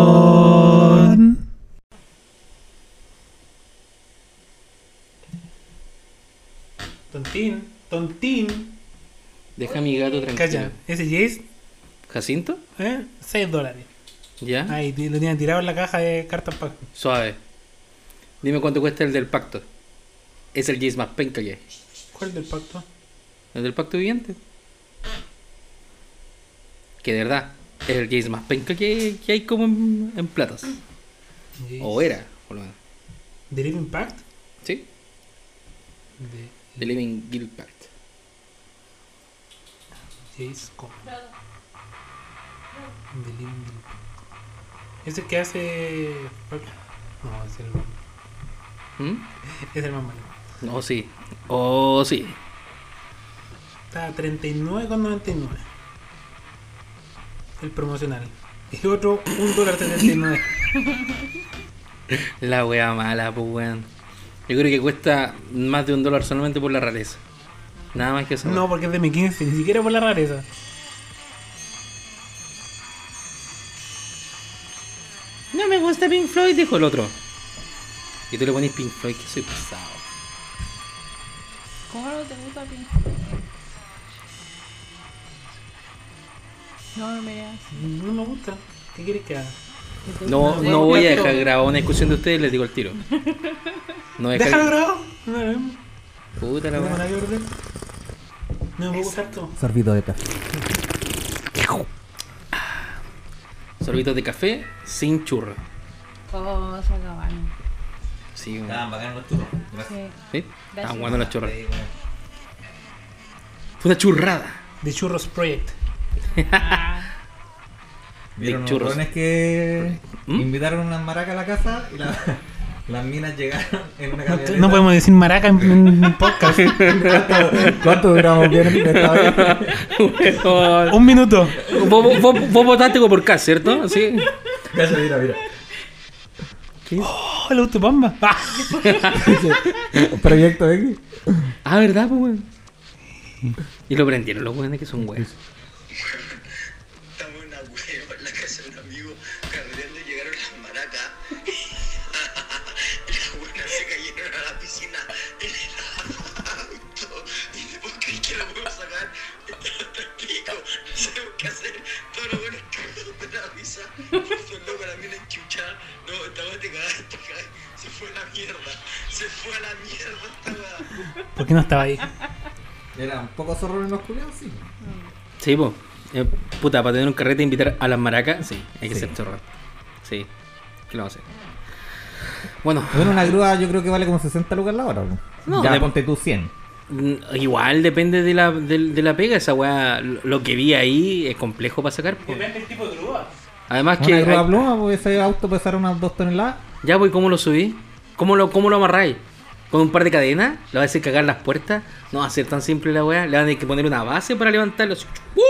Nelson. Tontín, tontín. Deja a mi gato tranquilo. Calla, ese Jace, ¿Jacinto? ¿eh? 6 dólares. ¿Ya? Ahí, t- lo tienen tirado en la caja de cartas pack. Suave. Dime cuánto cuesta el del pacto. Es el Jace más penca que hay. ¿Cuál del pacto? El del pacto viviente. Que de verdad, es el Jace más penca que, que hay como en, en platas. Jace. O era, por lo menos. ¿The Living Pact? ¿Sí? De The Living Guild Pact. Jace Cobb. The Living Pact. Ese que hace. No, es el, ¿Mm? es el más malo. No, sí. Oh, sí. Está a 39,99. El promocional. Y otro, un dólar 79. La wea mala, pues weón. Yo creo que cuesta más de un dólar solamente por la rareza. Nada más que eso. No, porque es de mi 15, ni siquiera por la rareza. No me gusta Pink Floyd, dijo el otro. Y tú le pones Pink Floyd, que soy pesado. ¿Cómo no te gusta Pink Floyd? No me miras. No me gusta. ¿Qué quieres que haga? No, Bueno, no voy a cierto. dejar grabado una discusión de ustedes, les digo el tiro. No voy a Déjalo dejar. grabado. No, no, no Puta la tengo nada wea. que perder. No me gusta esto. Sorbido de café. Sorbitos de café sin churro. Oh, se acabaron. Sí, weón. Estaban bacanos los churros. Gracias. Sí. ¿Sí? Estaban jugando las churras. Sí, bueno. Fue una churrada. The Churros Project. Ah, Vieron unos churros. hueones que ¿Mm? invitaron unas maracas a la casa y la- las minas llegaron en una No, camioneta. no podemos decir maraca en, en un podcast. ¿Cuánto duramos bien de esta vez? Weón. un minuto. vos, vos, vos votaste como por K, ¿cierto? Sí. Calla, mira, mira. Oh, la autopamba. Ah, Proyecto X. Ah, ¿verdad, pues, weón? Y lo prendieron los weones que son weones. Estamos en una hueva en la casa de un amigo carreando y llegaron las maracas. las buenas se cayeron a la piscina en el auto. Y vos crees que la puedo sacar. Pico, no sabemos qué hacer. Todos los buenos cagados de la risa. Estos locos la miran enchuchada. No, esta weá te cagaste, te cagaste. Se fue a la mierda. Se fue a la mierda esta weá. ¿Por qué no estaba ahí? Eran pocos zorros en los culiados, sí. Sí, pues. puta, para tener un carrete e invitar a las maracas, sí, hay que Sí. ser chorro. Sí. ¿Qué lo vamos a hacer? Bueno, Bueno, una grúa yo creo que vale como 60 lucas la hora. No, No, ya de- ponte tú 100. mm, igual depende de la, de, de la pega. Esa weá, lo lo que vi ahí es complejo para sacar. po. del tipo de grúa. Además Ah, que. Una grúa hay- pluma, pues ese auto pesará unas 2 toneladas. ya voy, ¿cómo lo subí? ¿Cómo lo, cómo lo amarráis? ¿Con un par de cadenas? ¿Le va a hacer cagar las puertas? No va a ser tan simple la weá. Le van a tener que poner una base para levantarlo. así, ¡uh!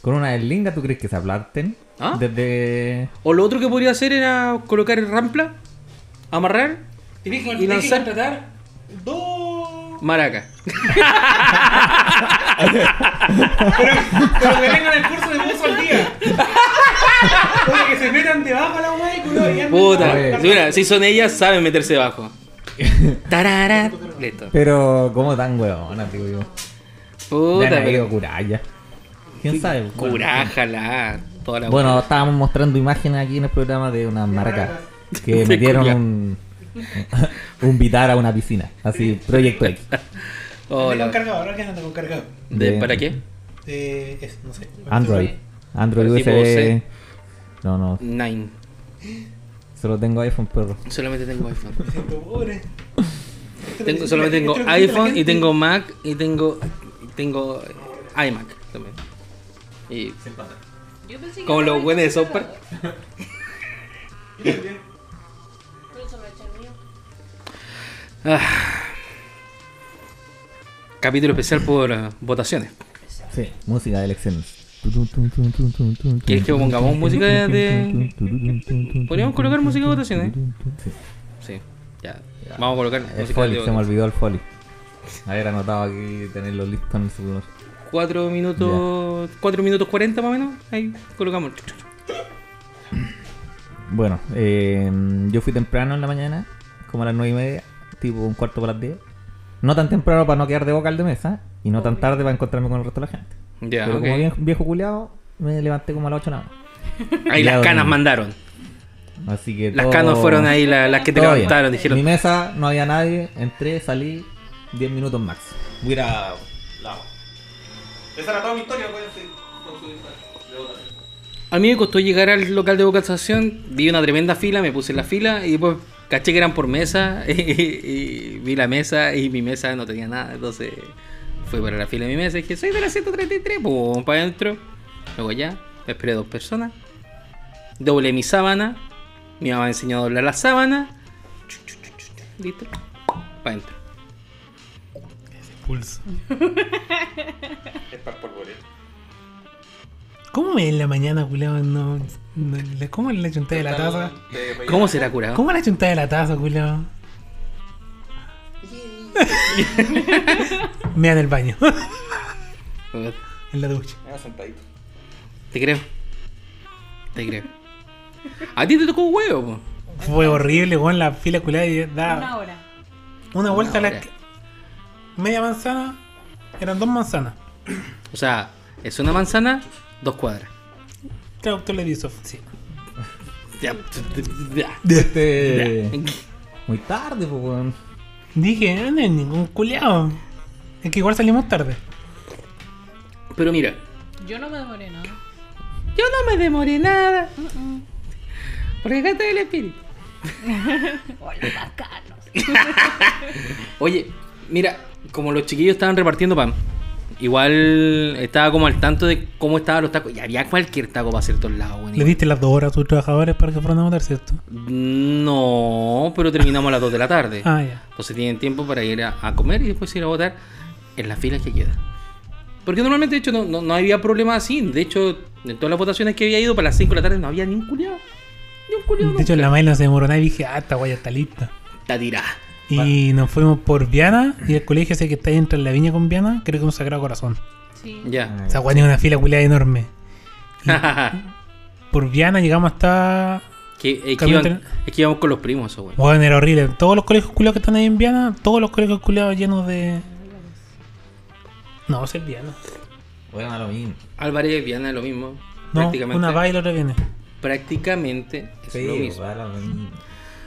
Con una deslinga, ¿tú crees que se aplasten? ¿Ah? Desde. O lo otro que podría hacer era colocar el rampla, amarrar y lanzar contratar dos. maraca. Pero que tengan el curso de buzo al día. Oye, que se metan debajo a la weá y culo y anden Puta, Oye. si, mira, si son ellas, saben meterse debajo. Tarara, listo. Pero, ¿cómo tan huevona, digo yo? Puta, ya me pero ido curaya. ¿Quién sabe? curá, jalá, toda la Bueno, estábamos mostrando imágenes aquí en el programa de una marca que De metieron culiao. un, un vitar a una piscina. Así, proyecto X. Anda Hola. con cargador, ahora que anda con cargador. ¿De- De- ¿Para qué? Eh, es, no sé. Android. Pero pues, Android tipo USB. C. No, no. Nine. Solo tengo iPhone, perro. Solamente tengo iPhone. Me siento pobre. Tengo, solamente tengo Esto lo dice la iPhone y gente. tengo Mac y tengo y tengo iMac también. Y yo pensé que como era los un buenos de cargador. Software. Pero se lo eché el mío. Ah. Capítulo especial por eh, votaciones. Sí, música de elecciones. ¿Quieres que pongamos música de- de- Podríamos colocar música de votaciones. Sí. Sí, ya. Vamos a colocar El música Foley, de se me votación. olvidó el Foley. Haber anotado aquí tenerlo listo en el celular. 4 minutos. 4 minutos 40 más o menos. Ahí colocamos. Bueno, eh, yo fui temprano en la mañana, como a las nueve y media, tipo un cuarto para las 10. No tan temprano para no quedar de boca al de mesa y no tan tarde para encontrarme con el resto de la gente. Ya, Pero ok. como bien, viejo culiado, me levanté como a las 8 nada más. Ahí Ya las canas dormí. mandaron. Así que Las todo- canas fueron ahí la- las que te todo bien. levantaron. Dijeron, Mi mesa no había nadie, entré, salí, 10 minutos max. Voy a ir a Lao. Esa era toda mi historia, pues, acuérdense. No subí nada. De otra. A mí me costó llegar al local de vocalización, vi una tremenda fila, me puse en la fila y después caché que eran por mesa y, vi la mesa y mi mesa no tenía nada, entonces fui para la fila de mi mesa y dije, soy de la 133, pum, para adentro, luego ya, esperé dos personas, doblé mi sábana, mi mamá me enseñó a doblar la sábana, chu, chu, chu, chu, chu, listo, para adentro. Pulso. Es para el polvoreo. ¿Cómo me en la mañana, culiao? No, no- le- ¿Cómo le chunté de la taza? Eh, pues ya. ¿Cómo será curado? ¿Cómo le chunté de la taza, culiao? Mea en el baño, en la ducha. Me iba sentadito. Te creo, te creo. ¿A ti te tocó huevo? po? Fue horrible, weón, la fila culiao y Una Ah. da hora. una vuelta a Una la hora. media manzana. Eran dos manzanas. O sea, es una manzana, dos cuadras. Claro, usted le dice, sí. Ya, ya, Este... ya. Muy tarde, pues, weón. Dije, "Eh, no hay ningún culiao. Es que igual salimos tarde. Pero mira, Yo no me demoré nada. yo no me demoré nada. Porque acá está el espíritu. Hola, bacanos. Oye, mira, como los chiquillos estaban repartiendo pan, igual estaba como al tanto de cómo estaban los tacos. Y había cualquier taco para hacer todos lados, güey. Le diste las dos horas a tus trabajadores para que fueran a votar, ¿cierto? No, pero terminamos a las 2 de la tarde. Ah, ya. Entonces tienen tiempo para ir a, a comer y después ir a votar en las filas que quedan. Porque normalmente, de hecho, no, no- no había problema así. De hecho, en todas las votaciones que había ido para las 5 de la tarde no había ni un culiado. Ni un culiado. De hecho, la mail no se demoró nada y dije, ah, esta guaya está lista. Está tirada. Y nos fuimos por Viana y el colegio ese que está ahí entre la viña con Viana, creo que es un sagrado corazón. Sí. Ya. Esa guaya tiene una fila culiada enorme. Ah. Por Viana llegamos hasta. que, eh, que Camino iban- es que íbamos con los primos, eso, güey. Bueno, era horrible. Todos los colegios culiados que están ahí en Viana, todos los colegios culiados llenos de. No, va a ser Viana. Bueno, a lo mismo. Álvarez, Viana, lo mismo. No, prácticamente. una va y la otra viene. Prácticamente es Sí, lo pues, mismo. a lo mismo.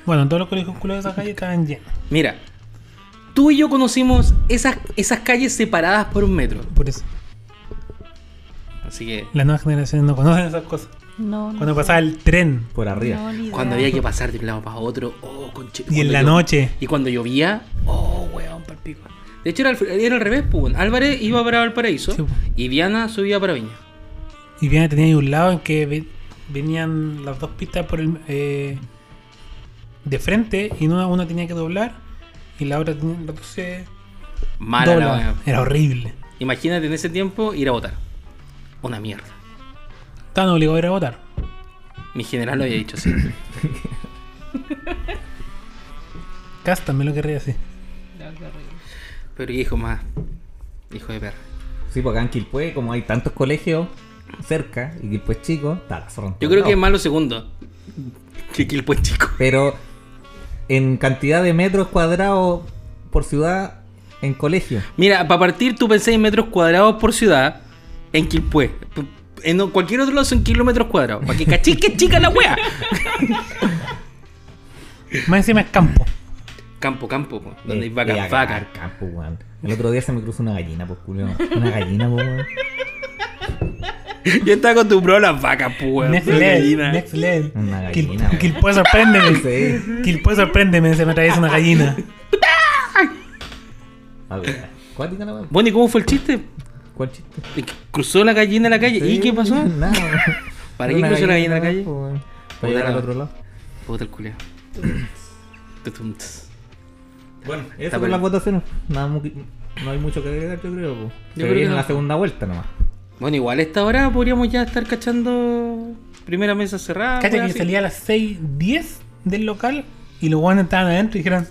Bueno, todos los colegios culiados de esa calle estaban llenos. Mira, tú y yo conocimos esas, esas calles separadas por un metro. Por eso. Así que Las nuevas generaciones no conocen esas cosas. No, no. Cuando pasaba el tren Por arriba. no, ni Cuando idea. había que pasar de un lado para otro, oh, conche. y en cuando la llo- noche. Y cuando llovía, oh, weón, pal pico. De hecho, era al, era al revés, pues. weón. Álvarez iba para Valparaíso Sí, pues. po. y Viana subía para Viña. Y Viana tenía ahí un lado en que ve- venían las dos pistas por el, eh, de frente y en una, una tenía que doblar y la otra tenía, la otra se Mala la doblaba. weá. Era horrible. Imagínate en ese tiempo ir a votar. Una mierda. Estaban obligados a ir a votar. Mi general lo había dicho así. Cas también lo querría decir. No, qué horrible. Pero hijo más. Hijo de perra. Sí, porque acá en Quilpue, como hay tantos colegios cerca y Quilpue es chico, está la zorra en Yo todos creo que es lados. más lo segundo. Que el buen chico. Pero en cantidad de metros cuadrados por ciudad en colegio. Mira, para partir tú pensé en metros cuadrados por ciudad en Quilpué. P- En o- cualquier otro lado son kilómetros cuadrados. Para que cachis que es chica la wea. Más encima es campo. Campo, campo, po, donde hay Eh, vacas, eh, acá- vacas. acá, po, weón. El otro día se me cruzó una gallina, pues, culo. Una gallina, po, weón. Yo estaba acostumbrado a las vacas, pues, weón. next Pero level. gallina. Next level. Una Quil- gallina, weón. Quilpue sorpréndeme. Sí. Quilpue sorpréndeme. Se me atraviesa una gallina. A ver, ¿Cuál, la weón? Bueno, ¿y cómo fue el chiste? ¿Cuál chiste? Cruzó la gallina en la calle. ¿Y qué pasó? Nada, weón. ¿Para qué Era una cruzó la gallina en la nomás, calle? po, weón. Puta Para llegar al la- otro lado. Puta el culeo. Tutum, tss. Bueno, Está eso bien. con las votaciones. Nada mu- no hay mucho que agregar, yo creo. po. Se creo que viene no. la segunda vuelta nomás. Bueno, igual a esta hora podríamos ya estar cachando primera mesa cerrada. Cacha wea, que así. salía a las 6.10 del local y los guanes estaban adentro y dijeron,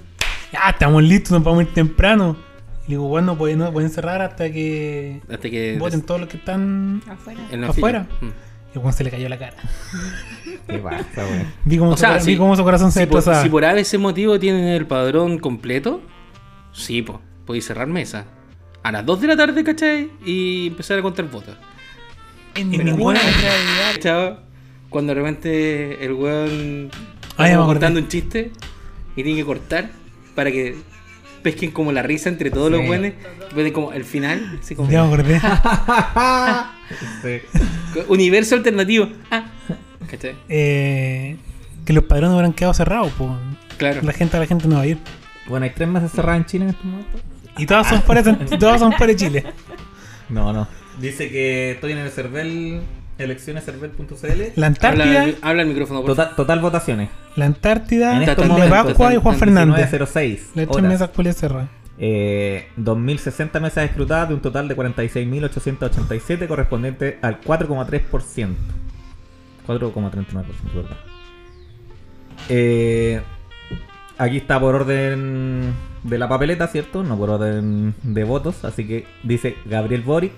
ya estamos listos, nos vamos a ir temprano. Y digo, bueno, pues no pueden cerrar hasta que Hasta que. voten todos los que están. Afuera. en la fila. afuera. Mm. Y bueno, se le cayó la cara. ¿Qué pasa, weón? Vi cómo, O su, sea, pues, cora- si- vi cómo su corazón se Si por, destrozaba. si por ese motivo tienen el padrón completo, sí, pues, podéis cerrar mesa. A las 2 de la tarde, ¿cachai? Y empezar a contar votos. En Pero ninguna. bueno, realidad. Chao. Cuando de repente el weón Ah, ya me está acordé. cortando un chiste y tiene que cortar para que pesquen como la risa entre todos los Sí. weones. Ven como el final, así como Ya me acordé. Sí. universo alternativo. Ah, ¿cachai? Eh, que los padrones hubieran quedado cerrados, pues. Claro. La gente, la gente no va a ir. Bueno, ¿hay tres mesas cerradas en Chile en este estos momentos? Y todas son para, todas son para Chile. No, no. Dice que estoy en el Cervel, eleccionescervel.cl. La Habla, Antártida, al- habla al micrófono, por Total, total votaciones. la Antártida, En este Está el estos tan- de momentos. Pascua y Juan están Fernández. 19.06 Las tres horas. mesas culias cerradas. Eh, 2.060 mesas escrutadas de un total de 46.887 correspondiente al 4,3%. 4,39%, perdón. Eh, aquí está por orden de la papeleta, ¿cierto? No por orden de votos. Así que dice Gabriel Boric,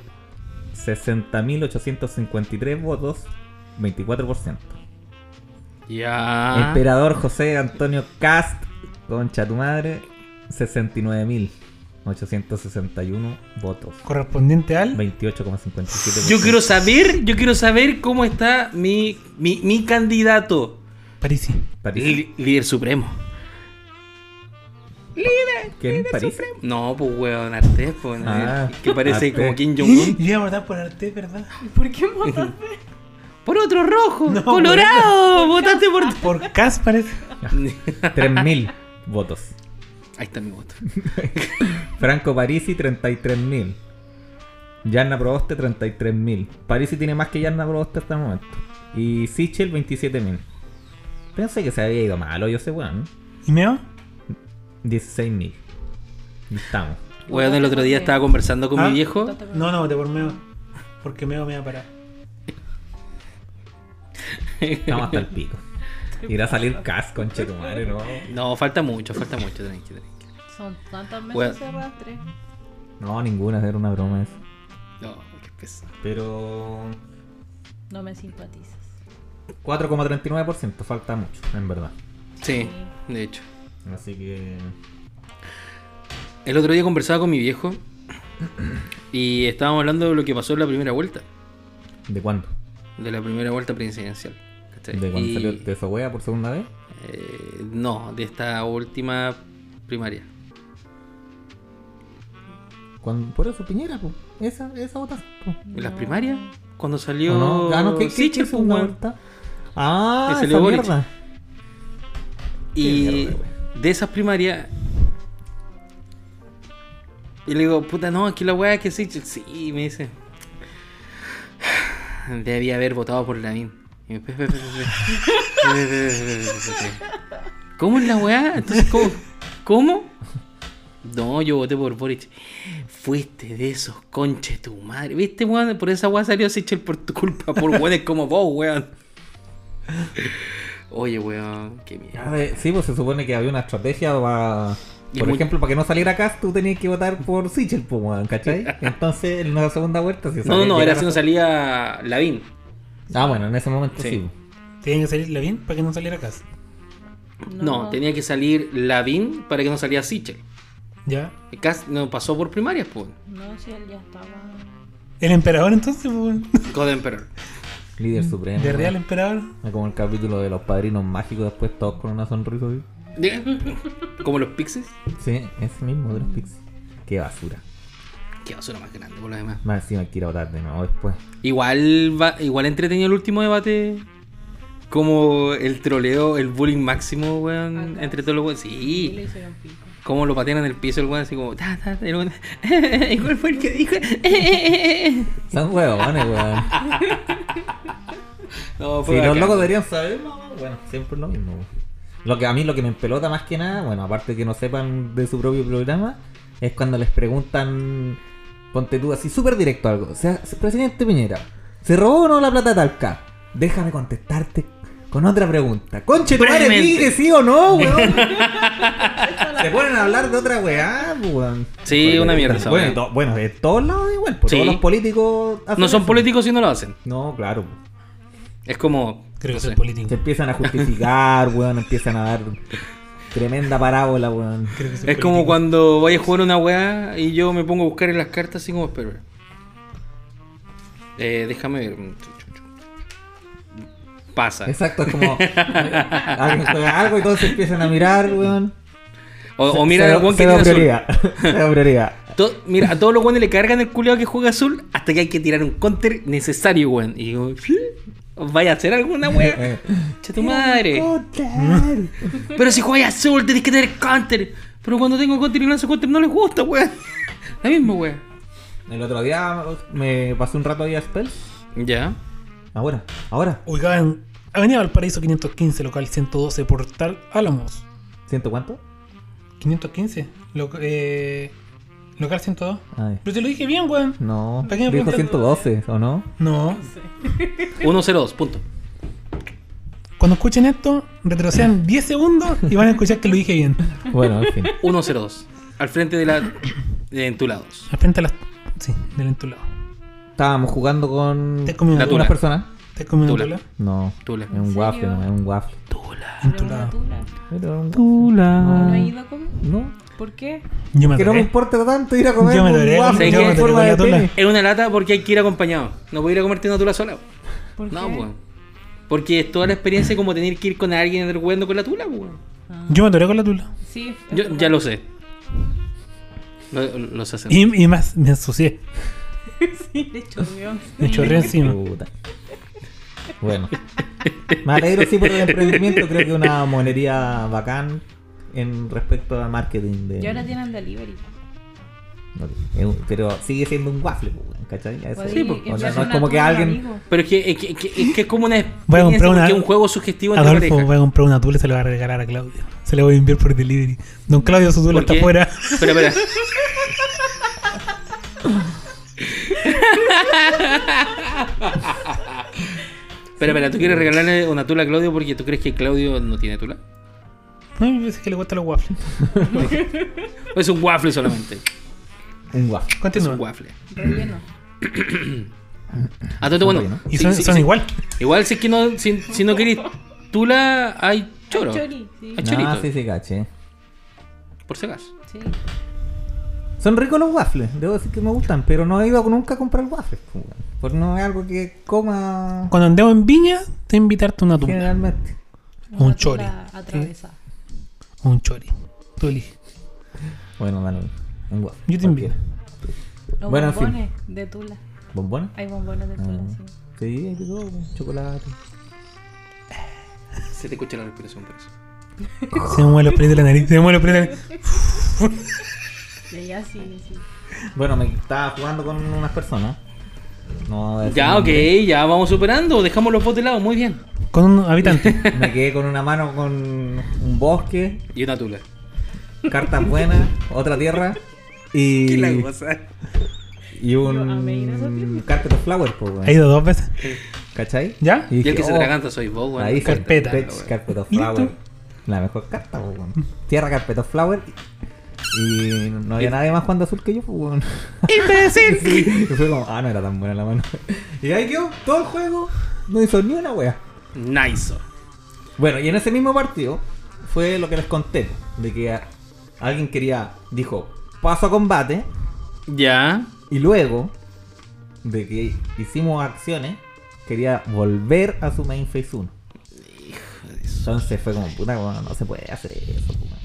60.853 votos, 24%. favor. Ya. Emperador José Antonio Cast, concha tu madre, 69.861 votos. Correspondiente al. 28,57%. Yo quiero saber, yo quiero saber cómo está mi, mi, mi candidato. París. París. Li- líder supremo. ¿Quién? París. No, pues weón, Artés, pues. Ah, que parece Artés. como Kim Yo Jong-un. iba a votar por Arte, ¿verdad? ¿Por qué votaste? Por otro rojo, No, colorado, votaste por. Por Cas parece. 3.000 votos. Ah. Ahí está mi voto. Franco Parisi, 33.000. Yarna Proboste, 33.000. Parisi tiene más que Yarna Proboste hasta el momento. Y Sichel, 27.000. Pensé que se había ido malo, yo sé, weón. ¿Y Meo? 16.000. Y Estamos. Weón, el otro día estaba conversando con ¿Ah? mi viejo. No, no, voté por Meo. Porque Meo me va a parar. Estamos hasta el pico. Irá a salir Cas, conche tu madre, ¿no? No, falta mucho, falta mucho, tranqui, tranqui. Son tantas mesas Bueno. cerradas, tres. No, ninguna, era una broma eso. No, qué pesado. Pero. No me simpatizas. 4,39%, falta mucho, en verdad. Sí, de hecho. Así que. El otro día conversaba con mi viejo y estábamos hablando de lo que pasó en la primera vuelta. ¿De cuándo? De la primera vuelta presidencial. ¿cachai? ¿De cuándo Y- salió de esa wea por segunda vez? Eh, no, de esta última primaria. Cuando- Por eso, Piñera, po. Esa, esa votación, po. ¿En las No. primarias? Cuando ¿O salió. no? Ah, no, ¿qué, qué- Sichel, qué pues, segunda weón. vuelta? Ah, Que esa salió Boric. mierda. Qué Y mierda, de esas primarias. Y le digo, puta, no, aquí la weá es que Sichel. Sí, y me dice. "Ah, Debía haber votado por Lavín. Y me, "Pe, pe, pe, pe, pe". Pe, pe, pe, pe, pe, pe, pe. ¿Cómo es la weá? Entonces, ¿cómo? ¿Cómo? No, yo voté por Boric. Fuiste de esos conches tu madre. ¿Viste, weón? Por esa weá salió Sichel por tu culpa, por weones como vos, weón. Oye, weón, qué mierda. A ver, sí, pues se supone que había una estrategia para. Y Por muy- ejemplo, para que no saliera Cast, tú tenías que votar por Sichel, pues, weón, ¿cachai? Entonces, en la segunda vuelta, si No, salía- no, no, era llegara- si no salía Lavín. Ah, bueno, en ese momento Sí. sí. Tienen que salir Lavín para que no saliera Cas. No, tenía que salir Lavín para que no salía Sichel. Ya. Y Cas- no pasó por primarias, pues. No, si él ya estaba. El emperador entonces, pues. God Emperor. Líder supremo. De real weón. emperador. Es Como el capítulo de los padrinos mágicos, después todos con una sonrisa. ¿sí? Como los pixies. Sí, ese mismo de los Pixies. Qué basura. Qué basura más grande por lo demás. Más encima hay que ir a votar de nuevo después. Igual, va- igual entretenido el último debate. Como el troleo, el bullying máximo, weón. Acá. Entre todos los weones. Y le Sí. hicieron pico. Como lo patean en el piso el weón, así como. Ta, ta, el weón, ¿Y cuál fue el que dijo? Son huevones, weón. no, Si los bacán. locos deberían saber, no, bueno, siempre es lo mismo. weón. Lo que a mí lo que me empelota más que nada, bueno, aparte que no sepan de su propio programa, es cuando les preguntan, ponte tú así súper directo algo. O sea, presidente Piñera, ¿se robó o no la plata de Talca? Déjame contestarte con otra pregunta. Conche, ¿tú eres Brevemente. ligue, sí o no, weón? Se ponen a hablar de otra weá, weón. Sí, una mierda esa Bueno, weá. to- bueno, de todos lados igual, pues Sí. todos los políticos. hacen No son eso. políticos si no lo hacen. No, claro. Es como. Creo no que sé. soy político. Se empiezan a justificar, weón, empiezan a dar tremenda parábola, weón. Creo que soy Es como político. cuando vayas a jugar una weá y yo me pongo a buscar en las cartas así como espera. Eh, déjame ver. Pasa. Exacto, es como alguien juega algo y todos se empiezan a mirar, weón. O, o mira Se- el weón se que da tiene azul. prioridad. Se da prioridad. To- mira, a todos los weones le cargan el culeado que juega azul hasta que hay que tirar un counter necesario, weón. Y digo, "Sí, vaya a hacer alguna weá. Eh, Che tu madre. Puta. Pero si juegas azul, tenés que tener counter. Pero cuando tengo counter y lanzo counter, no les gusta, weón. La misma weón. El otro día me pasé un rato ahí a Spells. Ya. Ahora, ahora. Ubicada en Avenida Valparaíso 515, local 112, Portal Álamos. ¿Siento cuánto? 515, lo- eh, local 102. Ay. Pero te lo dije bien, weón. No. ¿Para qué me Dijo preguntas? 112, ¿o no? No. 1-0-2, punto. Cuando escuchen esto, retrocedan 10 segundos y van a escuchar que lo dije bien. Bueno, en fin. 1-0-2. Al frente de la. de Entulados. Al frente a las. Sí, del entulado. Estábamos jugando con Te comí una tula. algunas personas. ¿Te has comido Tula. entulado? No. Tula. Es un ¿En waffle, serio? no, es un waffle. Ah, Pero Entulado. tula. Pero un ¿No he tula. ido a comer? No. ¿Por qué? Yo me Que no atoré. me importa tanto ir a comer Yo me un adoré, waffle yo me en adoré forma con de la tula. pene. Es una lata porque hay que ir acompañado. No puedo ir a comerte una tula sola. ¿Por No, pues. qué? weón. Porque es toda la experiencia como tener que ir con alguien jugando con la tula, weón. Yo me atoré con la tula. Sí. es Yo verdad. ya lo sé. Lo- los hacen. Y, y más, me ensucié. Sí, le chorreó. Me chorré encima. Puta. Bueno. Me alegro sí por el emprendimiento. Creo que una monería bacán en respecto a marketing. De... Y ahora tienen delivery. Ok. Es un- Pero sigue siendo un waffle, pues, weón, ¿cachai? A eso- Podí pues, o sea, enviarle no es una como que tula a un alguien. amigo. Pero es que, es que, es que- es que es como una Voy a experiencia comprar una. porque es un juego sugestivo entre Adolfo pareja. voy a comprar una tula y se la va a regalar a Claudio. Se la voy a enviar por delivery. Don Claudio, su tula ¿Por está qué? afuera. Espera, espera. Espera, espera, ¿tú quieres regalarle una tula a Claudio porque tú crees que Claudio no tiene tula? No, me parece que le gustan los waffles. ¿O es un waffle solamente? Un waffle. Es Continúa. un waffle. Relleno. Ah, todo bueno. y sí, son, sí, son sí. igual. Igual si es que no, si, si no querés tula, hay choro. Ay, Chori, sí. Ay, Ah, chorito. sí, sí, caché. Por si acaso. Sí. Son ricos los waffles, debo decir que me gustan, pero no he ido nunca a comprar waffles, pues, weón. Porque no es algo que coma Cuando andemos en Viña, te voy a invitarte una tula. generalmente. Una Un tula chori. Atravesada. O un chori. Tú eliges. Bueno, dale, un waffle. Yo te invito. Los Bueno, en fin. bombones de tula. ¿Bombón? Mm. Hay bombones de tula, sí. Sí, hay de todo, weón. chocolate. Se te escucha la respiración por eso. Se me mueven los pelos de la nariz. Se me mueven los pelos de la nariz. Y ella sí, sí. Bueno, me estaba jugando con unas personas. No, voy a decir Ya, ok, nombre. ya vamos superando. Dejamos los bots de lado, muy bien. Con un habitante. Me quedé con una mano con un bosque, Y una tula. cartas buenas, otra tierra y, y Yo amé ir a esa un tienda. carpet of flowers, po, weón. Ha ido dos veces. ¿Cachai? ¿Ya? Y, dije, el que se oh, traganta soy vos, weón. Ahí dice, Carpeta. Pets, Carpet of Flower. La mejor carta, po, weón. Tierra Carpet of Flower. Y no había nadie más jugando azul que yo, pues, weón. ¡Imbécil! Y fue como, ah, no era tan buena la mano. Y ahí quedó todo el juego. No hizo ni una wea. Nice. Bueno, y en ese mismo partido fue lo que les conté. De que a- alguien quería, dijo, paso a combate. Ya. Y luego de que hicimos acciones, quería volver a su main phase 1. Entonces fue como, puta, bueno, no se puede hacer eso. pues, bueno.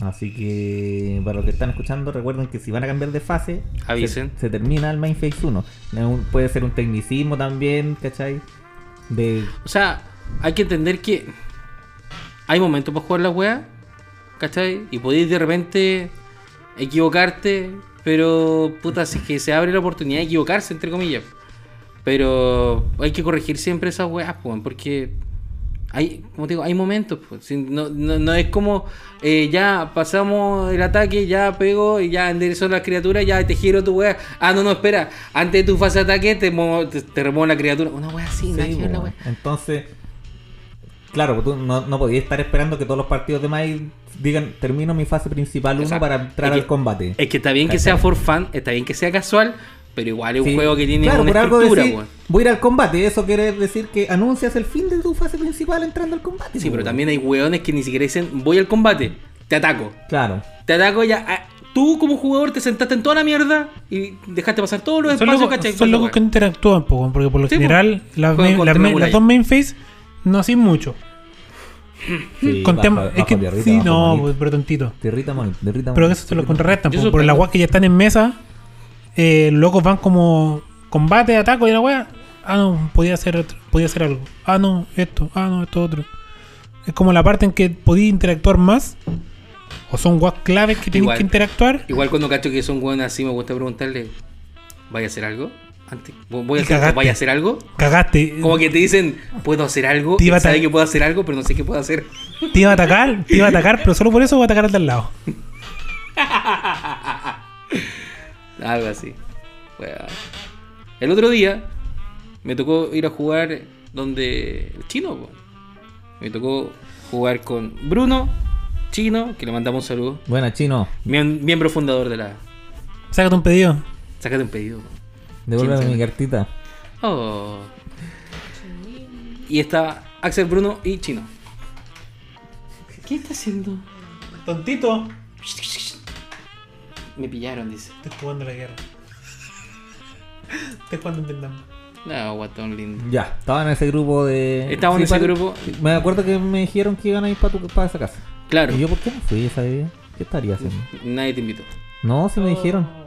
Así que para los que están escuchando, recuerden que si van a cambiar de fase, Avisen. Se, se termina el main phase 1. Es un- Puede ser un tecnicismo también, ¿cachai? De... O sea, hay que entender que hay momentos para jugar la wea, ¿cachai? Y podéis de repente equivocarte, pero puta, si es que se abre la oportunidad de equivocarse, entre comillas. Pero hay que corregir siempre esas weas, pues, porque hay, como te digo, hay momentos, pues. Si No, no- no es como eh, ya pasamos el ataque, ya pego y ya enderezo las criaturas, ya te giro tu wea. Ah, no, no, espera, antes de tu fase de ataque te, mo- te, te remuevo la criatura. Una wea así, Sí, pues, nada que ver la bueno. wea. Entonces, Claro, pues tú no, no podías estar esperando que todos los partidos de Mai digan, termino mi fase principal 1 Exacto. para entrar Es que- al combate. Es que está bien que sea for fun, está bien que sea casual, pero igual es un Sí. juego que tiene Claro, una por algo estructura, decir, weón. Voy a ir al combate, eso quiere decir que anuncias el fin de tu fase principal entrando al combate. pues, Sí, pero weón. también hay weones que ni siquiera dicen, voy al combate, te ataco. Claro. Te ataco ya. ah, Tú como jugador te sentaste en toda la mierda y dejaste pasar todos los Son espacios, locos, ¿cachai? son locos que no Weón. interactúan, po, weón, porque por lo Sí, po. general las, Juegan main- con las main- Temple las ahí. dos main phase no hacen mucho. Sí, con bajo- tem- bajo es que de Rita, sí, bajo no, Monique. pues, pero tontito. De Rita Monique, de Rita Pero Monique, eso se lo de Rita contrarrestan, Yo po, por supongo. las weas que ya están en mesa, eh, los locos van como combate, ataco y la wea. Ah, no, podía hacer, otro- podía hacer algo. Ah, no, esto, ah, no, esto otro. Es como la parte en que podía interactuar más. O son weas claves que tenéis Igual. que interactuar. Igual cuando cacho que son weones así, me gusta preguntarle, ¿vaya a hacer algo? Antes, vo- voy a Y hacer, cagaste. ¿Vaya a hacer algo? Cagaste. Como que te dicen, puedo hacer algo, Te iba a sabe ta- que puedo hacer algo, pero no sé qué puedo hacer. Te iba a atacar, te iba a atacar, pero solo por eso voy a atacar al de al lado. Algo así. Weá. El otro día me tocó ir a jugar donde el chino. po. Me tocó jugar con Bruno, chino, que le mandamos un saludo. Monique. Buena, chino. Miem- miembro fundador de la. Sácate un pedido. Sácate un pedido. po. Devuélveme Chino. mi cartita. Oh. Y está Axel, Bruno y chino. ¿Qué está haciendo? Tontito. Me pillaron, dice. Estoy jugando la guerra. Estoy jugando en Vietnam. No, Ah, guatón lindo. Ya, estaba en ese grupo de. Estaba en ese pare- grupo. Me acuerdo que me dijeron que iban a ir para, tu, para esa casa. Claro, ¿Y yo por qué no fui esa vez? ¿Qué estaría haciendo? nadie te invitó. No, se me dijeron. Oh.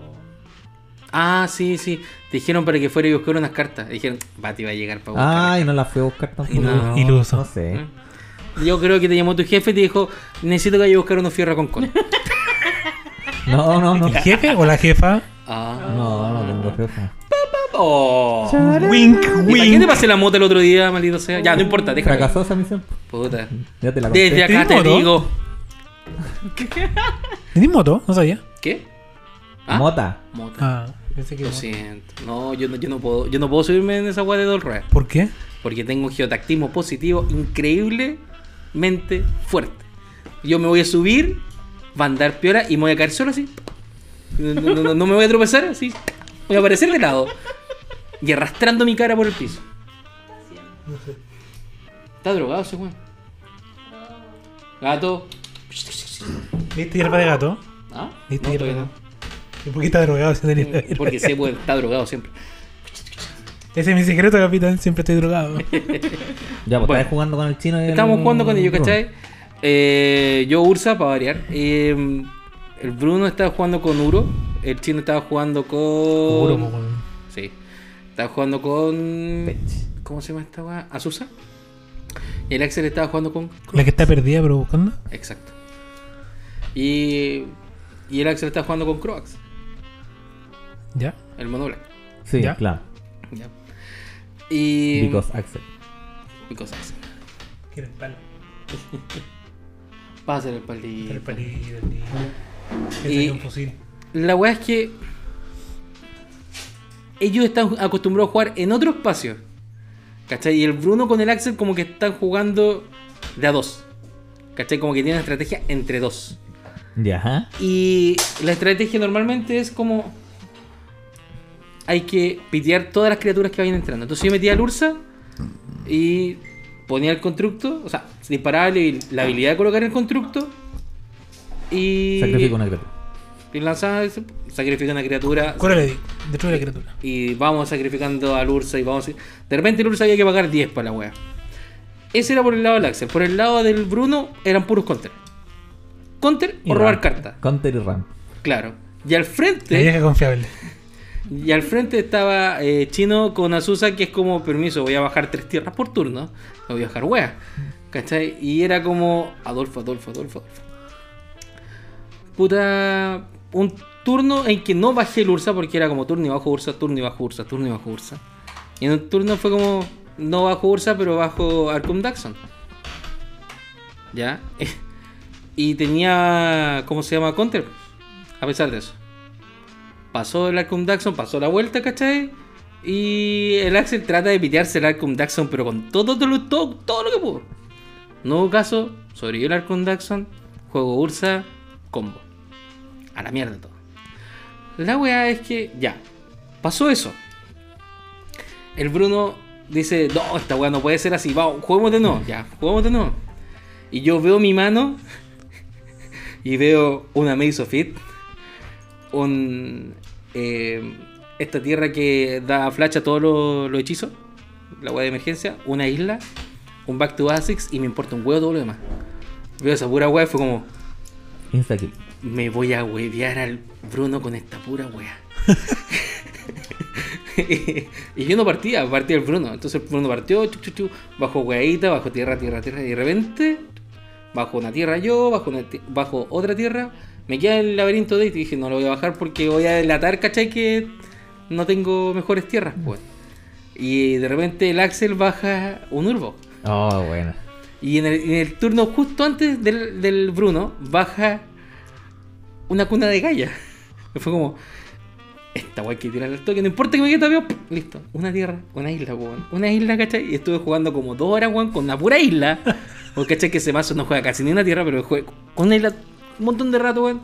Ah, sí, sí. Te dijeron para que fuera y buscar unas cartas. Dijeron, Bati va a llegar para buscar. Ay, no la fui a buscar tampoco. No. ¿Eh? Iluso. No sé. ¿Mm? Yo creo que te llamó tu jefe y te dijo, necesito que vaya a buscar unos fierros con cola. No, no, no. ¿El jefe o la jefa? ah. No, no tengo jefa. Oh. Wink, ¿Y para qué te wink. pasé la moto el otro día, maldito sea? Ya, no importa, déjame. Fracasó esa misión. Puta. Ya te la conté. Este Desde acá te ¿Tenés moto? digo. ¿Tenés moto? No sabía. ¿Qué? ¿Ah? Mota. Mota. Ah, pensé que Lo no. siento. No, yo no, yo no puedo. Yo no puedo subirme en esa guay de dos ruedas. ¿Por qué? Porque tengo un geotactismo positivo increíblemente fuerte. Yo me voy a subir, va a andar piola y me voy a caer solo así. No, no- no- no me voy a tropezar así. Voy a aparecer de lado. Y arrastrando mi cara por el piso. Está drogado ese weón. Gato. ¿Viste hierba de gato? ¿Ah? No, ¿Viste hierba todavía de Eh, no. gato? ¿Y por qué está drogado si no tenía hierba de Porque gato? sé, weón, está drogado siempre. Ese es mi secreto, capitán. Siempre estoy drogado. Ya, pues Bueno. estabas jugando con el chino. y el- Estábamos jugando con Em, ellos, ¿cachai? Eh, yo, Ursa, para variar. Eh, el Bruno estaba jugando con Uro. El chino estaba jugando con. Seguro, po, weón. Sí. Estaba jugando con. Pech. ¿Cómo se llama esta weá? Azusa. Y el Axel estaba jugando con. La que está perdida, pero buscando. Exacto. Y. Y el Axel estaba jugando con Croax, Ya. el mono blanco. Sí, Ya. claro. Ya. Y. Because Axel. Because Axel. Quiero el palo. Pásale el palito. El palillo, el niño. Y- Y... un fusil. La weá es que ellos están acostumbrados a jugar en otro espacio. ¿Cachai? Y el Bruno con el Axel como que están jugando de a dos. ¿Cachai? Como que tienen una estrategia entre dos. Ya, ajá. Y la estrategia normalmente es como... Hay que pitear todas las criaturas que vayan entrando. Entonces yo metía al Ursa y ponía el constructo. O sea, disparaba la la habilidad de colocar el constructo. Y... Sacrifico una criatura. Y lanzada sacrifica una criatura Córrele, Dick. Destruye la criatura. y vamos sacrificando al Ursa y vamos... De repente el Ursa había que pagar 10 para la wea. Ese era por el lado del Axel. Por el lado del Bruno eran puros counter. Counter Y o robar ramp. cartas. Counter y ramp. Claro. Y al La frente vieja confiable. y al frente estaba eh, Chino con Azusa que es como, permiso, voy a bajar tres tierras por turno. No voy a bajar wea. ¿Cachai? Y era como Adolfo, Adolfo, Adolfo, Adolfo. puta, un turno en que no bajé el Ursa porque era como turno y bajo Ursa, turno y bajo Ursa, turno y bajo Ursa. Y en un turno fue como, no bajo Ursa, pero bajo Arkham Daxon. ¿Ya? y tenía, ¿cómo se llama? Counter. A pesar de eso. Pasó el Arkham Daxon, pasó la vuelta, ¿cachai? Y el Axel trata de pitearse el Arkham Daxon, pero con todo, todo, todo, todo lo que pudo. Nuevo caso, sobrevivió el Arcon Daxon, juego Ursa, combo. A la mierda todo. La weá es que ya, pasó eso. El Bruno dice, no, esta weá no puede ser así, vamos, juguemos de nuevo, ya, juguemos de nuevo. Y yo veo mi mano y veo una Maze of It, un, eh, esta tierra que da flash a todos los los hechizos, la weá de emergencia, una isla, un Back to Basics y me importa un huevo todo lo demás. Veo esa pura weá y fue como, Insta kill. me voy a huevear al Bruno con esta pura wea. y yo no partía, partía el Bruno. Entonces el Bruno partió, chu, chu, chu, bajo hueadita, bajo tierra, tierra, tierra. Y de repente, bajo una tierra yo, bajo, una ti- bajo otra tierra, me queda el laberinto de ahí. Y dije, no lo voy a bajar porque voy a delatar, ¿cachai? Que no tengo mejores tierras, pues. Y de repente el Axel baja un Urbo. Oh, bueno. Y en el, en el turno justo antes del, del Bruno baja una cuna de galla. Y fue como, esta guay que tirar al toque, no importa que me quede todavía. ¡pum! Listo, una tierra, una isla, weón. Una isla, ¿cachai? Y estuve jugando como dos horas, weón, con una pura isla. Porque, ¿cachai? Que ese mazo no juega casi ni una tierra, pero juega con una isla un montón de rato, weón.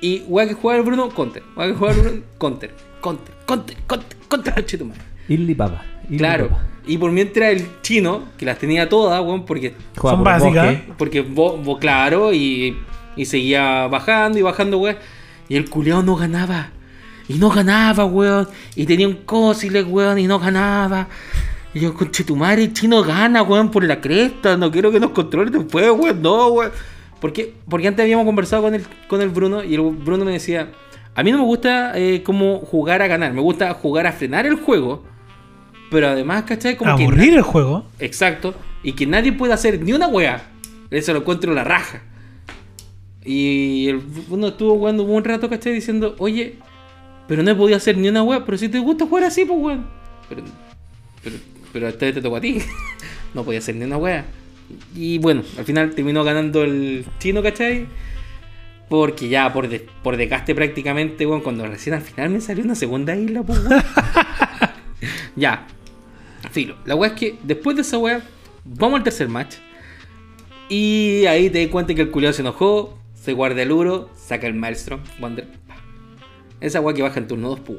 Y weón que juega el Bruno, counter. Weón que juega el Bruno, counter. Counter, counter, counter, counter, coche tu madre. Illy Papa. Illy Claro. Papa. Y por mientras el chino, que las tenía todas, weón, porque Juega Son por básicas. bosque. porque vos, claro, y, y seguía bajando y bajando, weón. Y el culeado no ganaba. Y no ganaba, weón. Y tenía un cósile, weón, y no ganaba. Y yo, conche tu madre, el chino gana, weón, por la cresta. No quiero que nos controle después, weón. No, weón. Porque, porque antes habíamos conversado con el, con el Bruno y el Bruno me decía, a mí no me gusta eh, como jugar a ganar, me gusta jugar a frenar el juego. Pero además, ¿cachai? Como que Aburrir el juego. Exacto. Y que nadie puede hacer ni una weá. Eso lo encuentro la raja. Y el, uno estuvo jugando un buen rato, ¿cachai? Diciendo, oye, pero no he podido hacer ni una weá. Pero si te gusta jugar así, pues weón. Pero, pero, pero esta vez te tocó a ti. no podía hacer ni una weá. Y bueno, al final terminó ganando el chino, ¿cachai? Porque ya por, de- por desgaste prácticamente, weón, cuando recién al final me salió una segunda isla, pues weón. ya, Filo, la weá es que después de esa weá, vamos al tercer match. Y ahí te das cuenta que el culiado se enojó, se guarda el uro, saca el Maelstrom, Wander. pa. Esa weá que baja en turno 2, pú.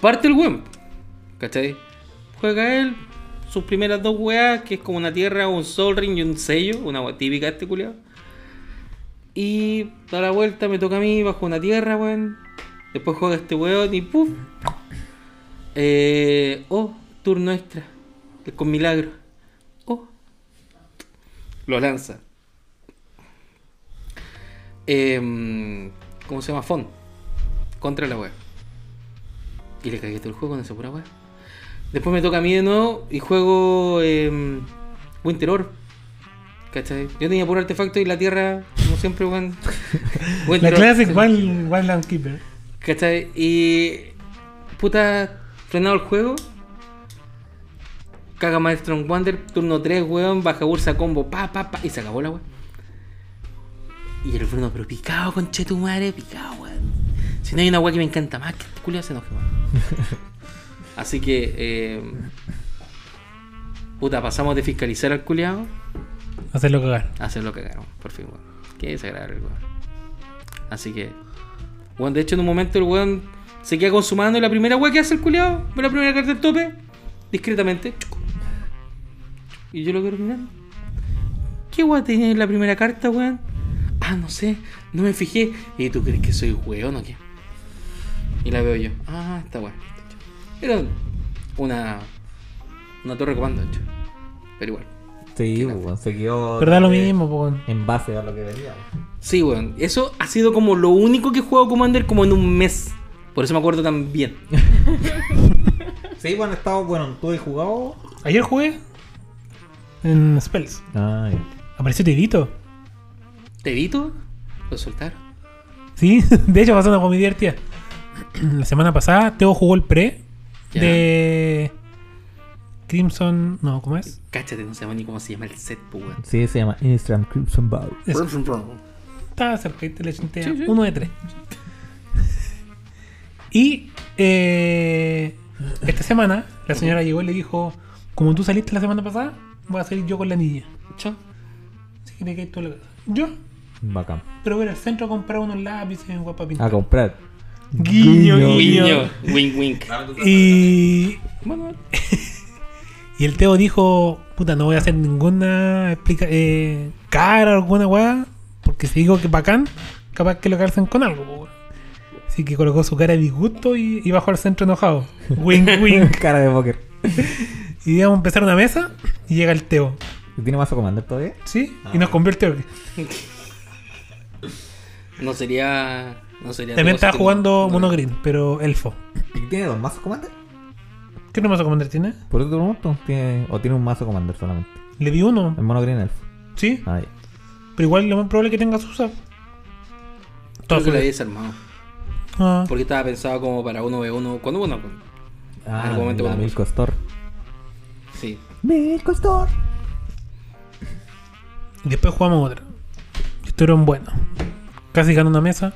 Parte el weón, ¿cachai? Juega él sus primeras dos weas, que es como una tierra, un Sol Ring y un sello, una weá típica de este culiado. Y da la vuelta, me toca a mí, bajo una tierra, weón. Después juega este weón y puff, eh, oh, turno extra. eh, Con milagro. Oh. Lo lanza. Em, ¿Cómo se llama? Fon. Contra la web. Y le cagué todo el juego con esa pura web. Después me toca a mí de nuevo y juego em, Winter Orb. ¿Cachai? Yo tenía puro artefacto y la tierra, como siempre, weón. La Winter Orb, Classic sí. Wild- Wildland Keeper. ¿Cachai? Y. Puta, frenado el juego. Caga Maestro en Wander, turno 3, weón, baja Ursa combo, pa, pa, pa, y se acabó la weón. Y el Bruno, pero picado, conche tu madre, picado, weón. Si no hay una weón que me encanta más, que este culiao se enoje, weón. Así que, eh, puta, pasamos de fiscalizar al culiao Hacerlo cagar. hacer lo que cagaron, por fin, weón. Qué desagradable el weón. Así que, weón, de hecho en un momento el weón se queda con su mano y la primera weón que hace el culiado, ve la primera carta del tope, discretamente. chucu. Y yo lo quiero mirar. ¿Qué weón tenía en la primera carta, weón? Ah, no sé, no me fijé. ¿Y tú crees que soy weón o qué? Y la veo yo. Ah, está weón. Era una, una torre de comando, de hecho. Pero igual. Sí, weón. Se quedó. Pero da lo eh, mismo, po, weón. En base a lo que venía. Sí, weón. Eso ha sido como lo único que he jugado Commander como en un mes. Por eso me acuerdo tan bien. Sí, bueno, estaba bueno. Tú has jugado. Ayer jugué en Spells. Ay. Apareció Tidito. ¿Te evito? Lo soltaron. Sí, de hecho pasó una comida divertida. La semana pasada Teo jugó el pre Ya. de Crimson. No, ¿cómo es? Cáchate, no sabemos ni cómo se llama el set, pues, weón. Sí, se llama Instagram Crimson Bow. Es- Estaba cerca y te le chintea. Sí, sí. Uno de tres. Y eh, esta semana la señora llegó y le dijo: Como tú saliste la semana pasada, voy a salir yo con la niña. Chao. Así que te quedas tú en la casa. Yo, Bacán. pero voy a ir al centro a comprar unos lápices en guapa A pintar. comprar. Guiño, guiño. Guiño. Wink, wink. Y, Bueno, y el Teo dijo, puta, no voy a hacer ninguna explica eh, cara o alguna weá, porque si digo que bacán, capaz que lo calcen con algo, po, weón. Así que colocó su cara de disgusto y, y bajó al centro enojado. Wink, wink. Cara de póker. Y íbamos a empezar una mesa y llega el Teo, ¿Tiene mazo commander todavía? ¿sí? Y nos convierte el Teo. no sería. No sería. También estaba positivo. jugando Monogreen, pero elfo. ¿Y tiene dos mazos commander? ¿Qué nomás comandar tiene? Por eso te pregunto. ¿Tiene, ¿O tiene un mazo commander solamente? Le vi uno, El mono green elf. sí, Ah, ya. pero igual lo más probable es que tenga Susa. Creo que lo Todo había desarmado. Ah, Porque estaba pensado como para 1v1. Cuando uno. Ah, algún momento la con el Milko Store. Sí. Milko Store. y después jugamos otra. Y Estuvieron buenos. Casi ganó una mesa.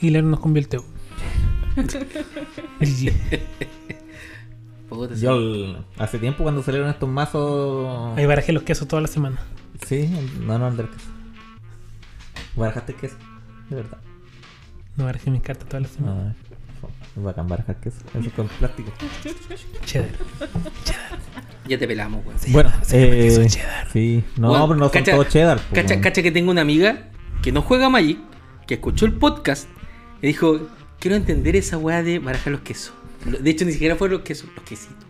Y Lero nos convirtió. GG. Puta, sí. Yo el- hace tiempo cuando salieron estos mazos. Ahí barajé los quesos toda la semana. Sí, no, no, Andrés. queso. Barajaste queso, de verdad. Ah, No barajé mis cartas toda la semana. No, es bacán barajar queso. Mm. Eso es con plástico. Cheddar. Ya te pelamos, weón. bueno, se llama eh, queso cheddar. Sí, no, Weón, pero no son cacha- todos cheddar. po, Cacha, weón. cacha que tengo una amiga que no juega Magic, que escuchó el podcast y dijo, quiero entender esa weá de barajar los quesos. Lo- De hecho, ni siquiera fueron los quesos, los quesitos.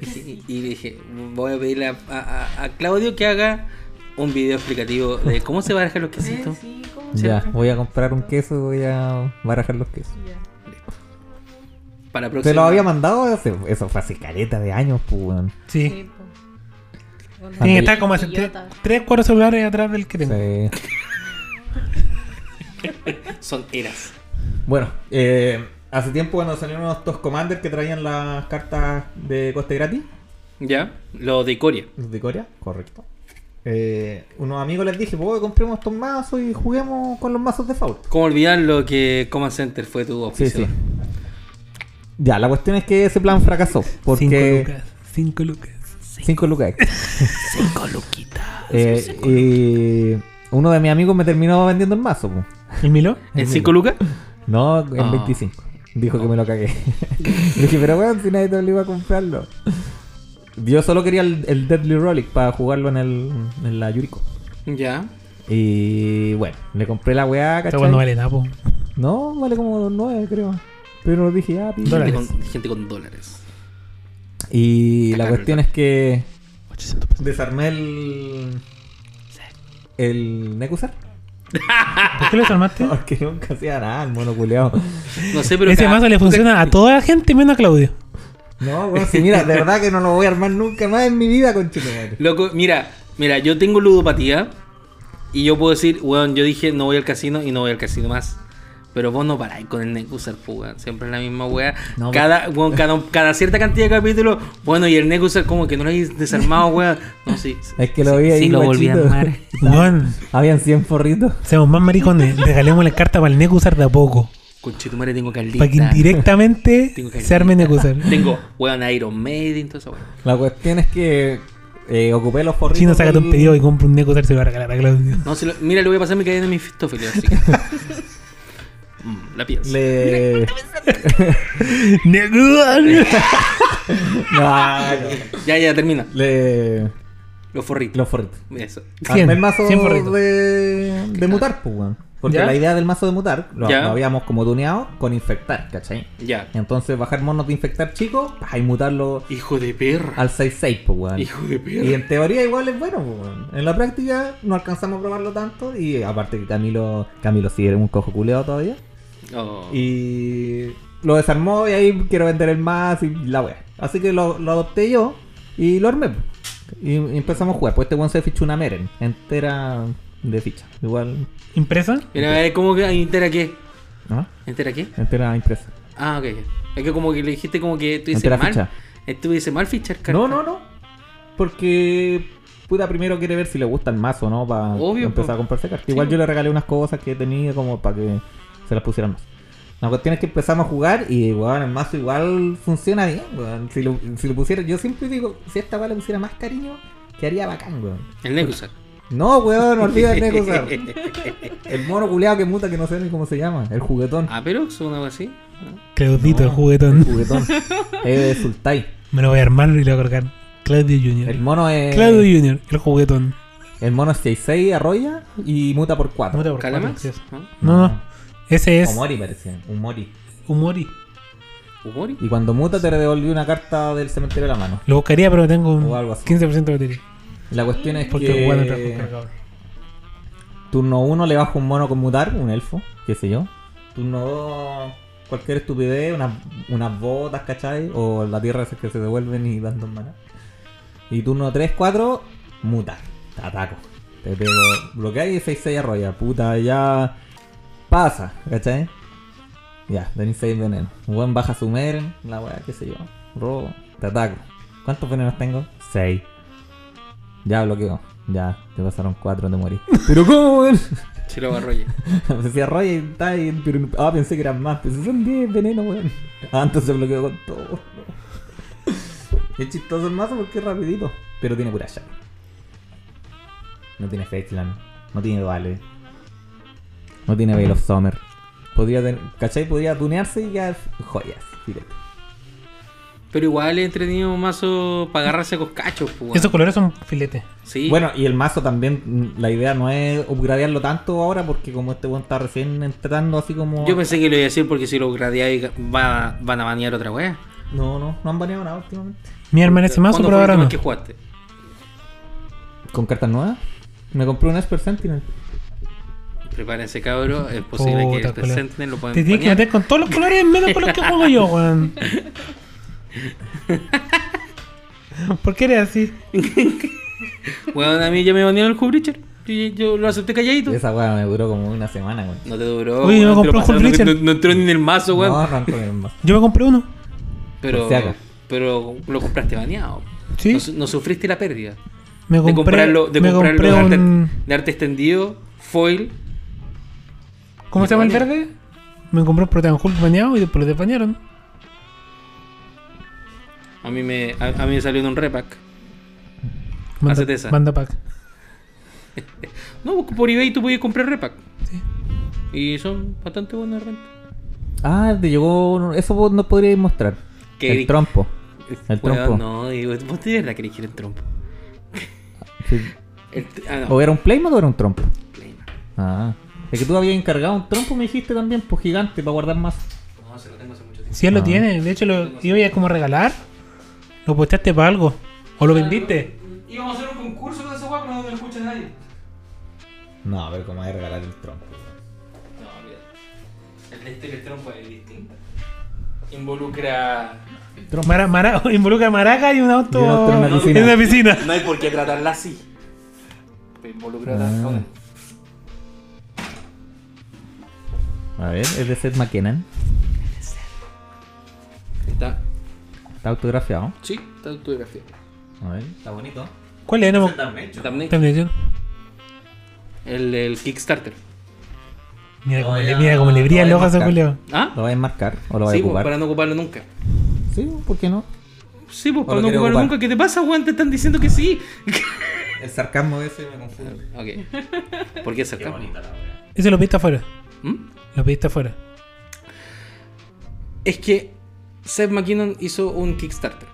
Y, sí, y dije, voy a pedirle a, a- a Claudio que haga un video explicativo de cómo se barajan los Eh, quesitos. sí, ¿cómo se Ya, llama? voy a comprar un queso y voy a barajar los quesos. Ya. Para la ¿Te próxima. lo había mandado? hace- eso fue hace careta de años, pues, weón. Sí. Sí, po. Con Tiene que la estar como hace idiota. 3, 4 celulares atrás del que tengo. Sí. Son eras. Bueno, eh, hace tiempo cuando salieron estos commanders que traían las cartas de coste gratis. ¿Ya? Lo de Coria. Los de Corea, correcto. Eh, unos amigos les dije, pues compremos estos mazos y juguemos con los mazos de Fault. ¿Cómo olvidar lo que Command Center fue tu oficio? Ya, la cuestión es que ese plan fracasó. 5 Porque lucas. 5 lucas. 5 lucas. 5 luquitas. y uno de mis amigos me terminó vendiendo el mazo. po. ¿El Milo? ¿En 5 lucas? No, en Ah. 25. Dijo que me lo cagué. Le dije, pero weón, si nadie te obligó a comprarlo. Yo solo quería el, el Deadly Relic para jugarlo en, el, en la Yuriko. Ya. Y bueno, le compré la weá, Esta ¿cachai? weá no vale nada, po. No, vale como 9, creo. Pero dije, ah, pi- Gente Dólares. con, gente con dólares. Y la Acá, cuestión es que 800 pesos. desarmé el. El Nekusar. ¿Por qué lo desarmaste? Porque nunca hacía nada, el mono culeado. No sé, pero. Ese cada- mazo le funciona a toda la gente menos a Claudio. No, weón, si mira, de verdad que no lo voy a armar nunca más en mi vida, con Loco, mira, mira, yo tengo ludopatía y yo puedo decir, weón, yo dije no voy al casino y no voy al casino más. Pero vos no paráis con el Necusar, po, weón. Siempre es la misma weá. No, pues. cada, weón, cada, cada cierta cantidad de capítulos, bueno, y el Necusar como que no lo habéis desarmado, weón. No, sí. sí, Es que lo sí, vi ahí, Sí, lo volví a guachito. armar. Weón, Habían 100 forritos. seamos más maricones. Regalemos la carta para el Necusar de a poco. Conchetumare, tengo Carlita. Para que indirectamente Tengo que- se arme Necusar. Tengo, weón, Iron Maiden, todo eso, weón. La cuestión es que eh, ocupé los forritos. Chino, sácate del- un pedido y compra un Necusar se lo va a regalar a Claudio. No, si lo- mira, le voy a pasar mi cadena a mi Fistófelio, así que. Mm, la pienso. Le. ¡Necusar! No, no. Ya, ya, termina. Le. Los forritos. Los forritos. Eso. Cien, Armé el mazo cien forritos. de, de mutar, pues, weón. Porque ¿Ya? la idea del mazo de mutar lo, ¿Ya? lo habíamos como tuneado con infectar, ¿cachai? Ya. Entonces bajar monos de infectar chico pa, y mutarlo Hijo de perra. al 6-6, pues, weón. Hijo de Y perra. en teoría igual es bueno, pues, weón. En la práctica no alcanzamos a probarlo tanto y aparte que Camilo, Camilo sí era un cojo culeado todavía. Oh. Y lo desarmó y ahí quiero vender el más y la wea. Así que lo, lo adopté yo y lo armé. po. Y, y empezamos a jugar. Pues este weón se fichó una meren entera de ficha. Igual, ¿Impresa? Mira, a ver, ¿cómo que ah, entera qué? ¿no? ¿Entera qué? Entera impresa. Ah, ok. Es que como que le dijiste como que tú dices Entera mal. ficha. Estuviese mal fichar carta. No, no, no. Porque puta primero quiere ver si le gusta el mazo, ¿no? Para Obvio, empezar po. a comprarse cartas. Igual Sí, yo po. le regalé unas cosas que tenía como para que se las pusieran más. La cuestión es que empezamos a jugar y, weón, el mazo igual funciona bien, weón. Si lo, si lo pusiera, yo siempre digo, si esta weá le pusiera más cariño, quedaría bacán, weón. El Necusac. No, weón, olvida el Necosar. El mono culeado que muta que no sé ni cómo se llama. El juguetón. Aperox o algo así. Claudito, el No, juguetón. El juguetón. Es de Sultai. Me lo voy a armar y lo voy a cargar. Claudio Junior. El mono es. Claudio Junior, el juguetón. El mono es 6 arroya y muta por 4. No, Calamax. ¿no? no, ese es O Mori parecía. Un Mori. Humori. Umori. Y cuando muta te devolvió una carta del cementerio de la mano. Lo buscaría, pero tengo un O algo así. Eh, 15% de batería. La cuestión es Porque el guano trajo un que. cargador. Turno 1 le bajo un mono con mutar, un elfo, qué sé yo. Turno 2, cualquier estupidez, unas, unas botas, ¿cachai? O la tierra esas que se devuelven y dan dos manas. Y turno 3, 4, mutar. Te ataco. Te pego. Bloqueáis y 6-6 arroya. Puta, ya. Pasa, ¿cachai? Ya, tenéis 6 venenos. Un buen baja su meren, la weá, qué sé yo. Robo, te ataco. ¿Cuántos venenos tengo? 6. Ya bloqueo. Ya, te pasaron 4, te morí. ¿Pero cómo, weón? Se lo agarró ya. Decía Roy y tal, pero ah, pensé que eran más. Pensé, son 10 veneno, weón. Ah, entonces se bloqueó con todo. Es chistoso el mazo porque es rapidito. Pero tiene pura llave. No tiene Fetchland. No tiene Vale. No tiene Veil of Summer. Podría tener, ¿Cachai? Podría tunearse y quedar joyas. Directo. Pero igual es entretenido un mazo para agarrarse a coscachos, pues. Esos colores son filetes. Sí. Bueno, y el mazo también, mm, la idea no es upgradearlo tanto ahora porque como este weón está recién entrando así como... Yo pensé que lo iba a decir porque si lo gradeáis va- van a banear otra wea. No, no, no han baneado nada últimamente. Mi arma en ese mazo, ¿Cuándo pero fue la ahora última no. vez que jugaste? ¿Con cartas nuevas? Me compré un Esper Sentinel. Prepárense, cabros. Es posible Puta, que el colega. presenten lo pueden Te tienes que banear. meter con todos los colores menos con los que juego yo, weón. ¿Por qué eres así? Bueno, a mí ya me banearon el Hubricher. Yo, yo lo acepté calladito. Esa weá me duró como una semana, güey. No te duró. Oye, yo me weón, te lo compré un pasaron, Hulk Breacher. No, no entró ni en el mazo, weón. No, arrancó mi hermano. Yo me compré uno. pero, por si acaso. pero lo compraste baneado. Sí. No, su- no sufriste la pérdida. Me compré, de comprarlo, de, me comprarlo compré de, arte, un... de arte extendido, foil. ¿Cómo se llama el Vale. verde? Me compré un Protean Hulk bañado y después lo desbañaron. A mí me, a, a mí me salió en un repack. Manda, Hacete esa. manda pack. No, por eBay tú podías comprar repack. Sí. Y son bastante buenos de repente. Ah, te llegó. Eso vos no podríais mostrar. ¿Qué? El trompo. El Weón, trompo. No, digo, vos tenés la que elegir el trompo. Sí. El tr- ah, no. ¿O era un Playmate o era un trompo? Plena. Ah. Es que tú habías encargado un trompo, me dijiste también, pues gigante, para guardar más. No, se lo tengo hace mucho tiempo. Si él lo Ah. tiene, de hecho lo iba a como regalar. Lo posteaste para algo. O lo vendiste. Íbamos a hacer un concurso con esa weá, pero no me escucha nadie. No, a ver cómo hay regalar el trompo. No, olvídate. El de este el trompo es distinto. Involucra. Mara- mara- involucra maraca y un auto Y un auto en una piscina. en una piscina. No hay por qué tratarla así. Pero Involucra Ah. a A ver, es de Seth McKinnon. Está. Está autografiado. Sí, está autografía. A ver. Está bonito. ¿Cuál es? No me- También. También. El, el Kickstarter. Mira cómo le, mira cómo le brilla el Lo ojo a ese voy a culiao. ¿Ah? ¿Lo vais a enmarcar o lo vais Sí, a pues, ocupar? para no ocuparlo nunca. Sí, ¿por qué no? Sí, pues O lo para no querés ocuparlo ocupar. nunca. ¿Qué te pasa, weón? Te están diciendo que sí. El sarcasmo ese me confunde. ok. ¿Por qué ¿Mm? sacar? Ese lo pediste afuera. Lo pediste afuera. Es que Seth MacKinnon hizo un Kickstarter.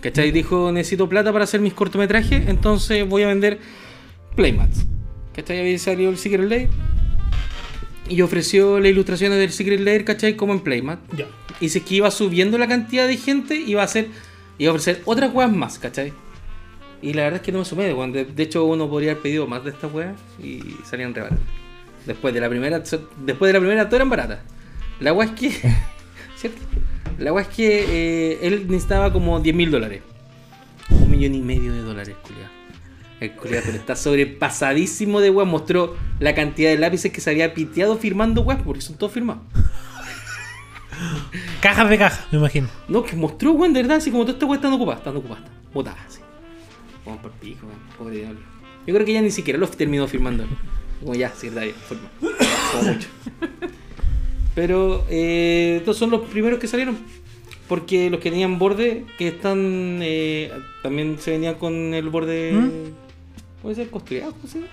¿Cachai? Dijo, necesito plata para hacer mis cortometrajes, entonces voy a vender Playmats. ¿Cachai? Había salido el Secret Lair. Y ofreció las ilustraciones del Secret Lair, ¿cachai? Como en Playmat. Ya. Y se que iba subiendo la cantidad de gente, iba a hacer, iba a ofrecer otras weas más, ¿cachai? Y la verdad es que no me sumé, weón. De, de hecho uno podría haber pedido más de estas weas y salían re baratas. Después de la primera, so- después de la primera todas eran baratas. La wea es que, ¿cierto? La wea es que eh, él necesitaba como 10 mil dólares. Un millón y medio de dólares, culiado. El culiao, pero está sobrepasadísimo de weas. Mostró la cantidad de lápices que se había piteado firmando weas, porque son todos firmados. Cajas de caja, me imagino. No, que mostró, weón, de verdad, así como todas estas weas están ocupadas, están ocupadas, botadas, así. Weón, por pico, weón, pobre diablo. Yo creo que ya ni siquiera los terminó firmando. Como ya, sí, está bien, firma. Como mucho. Pero eh, estos son los primeros que salieron. Porque los que tenían borde, que están. eh, también se venían con el borde. ¿Puede ser costreado? ¿cómo se llama?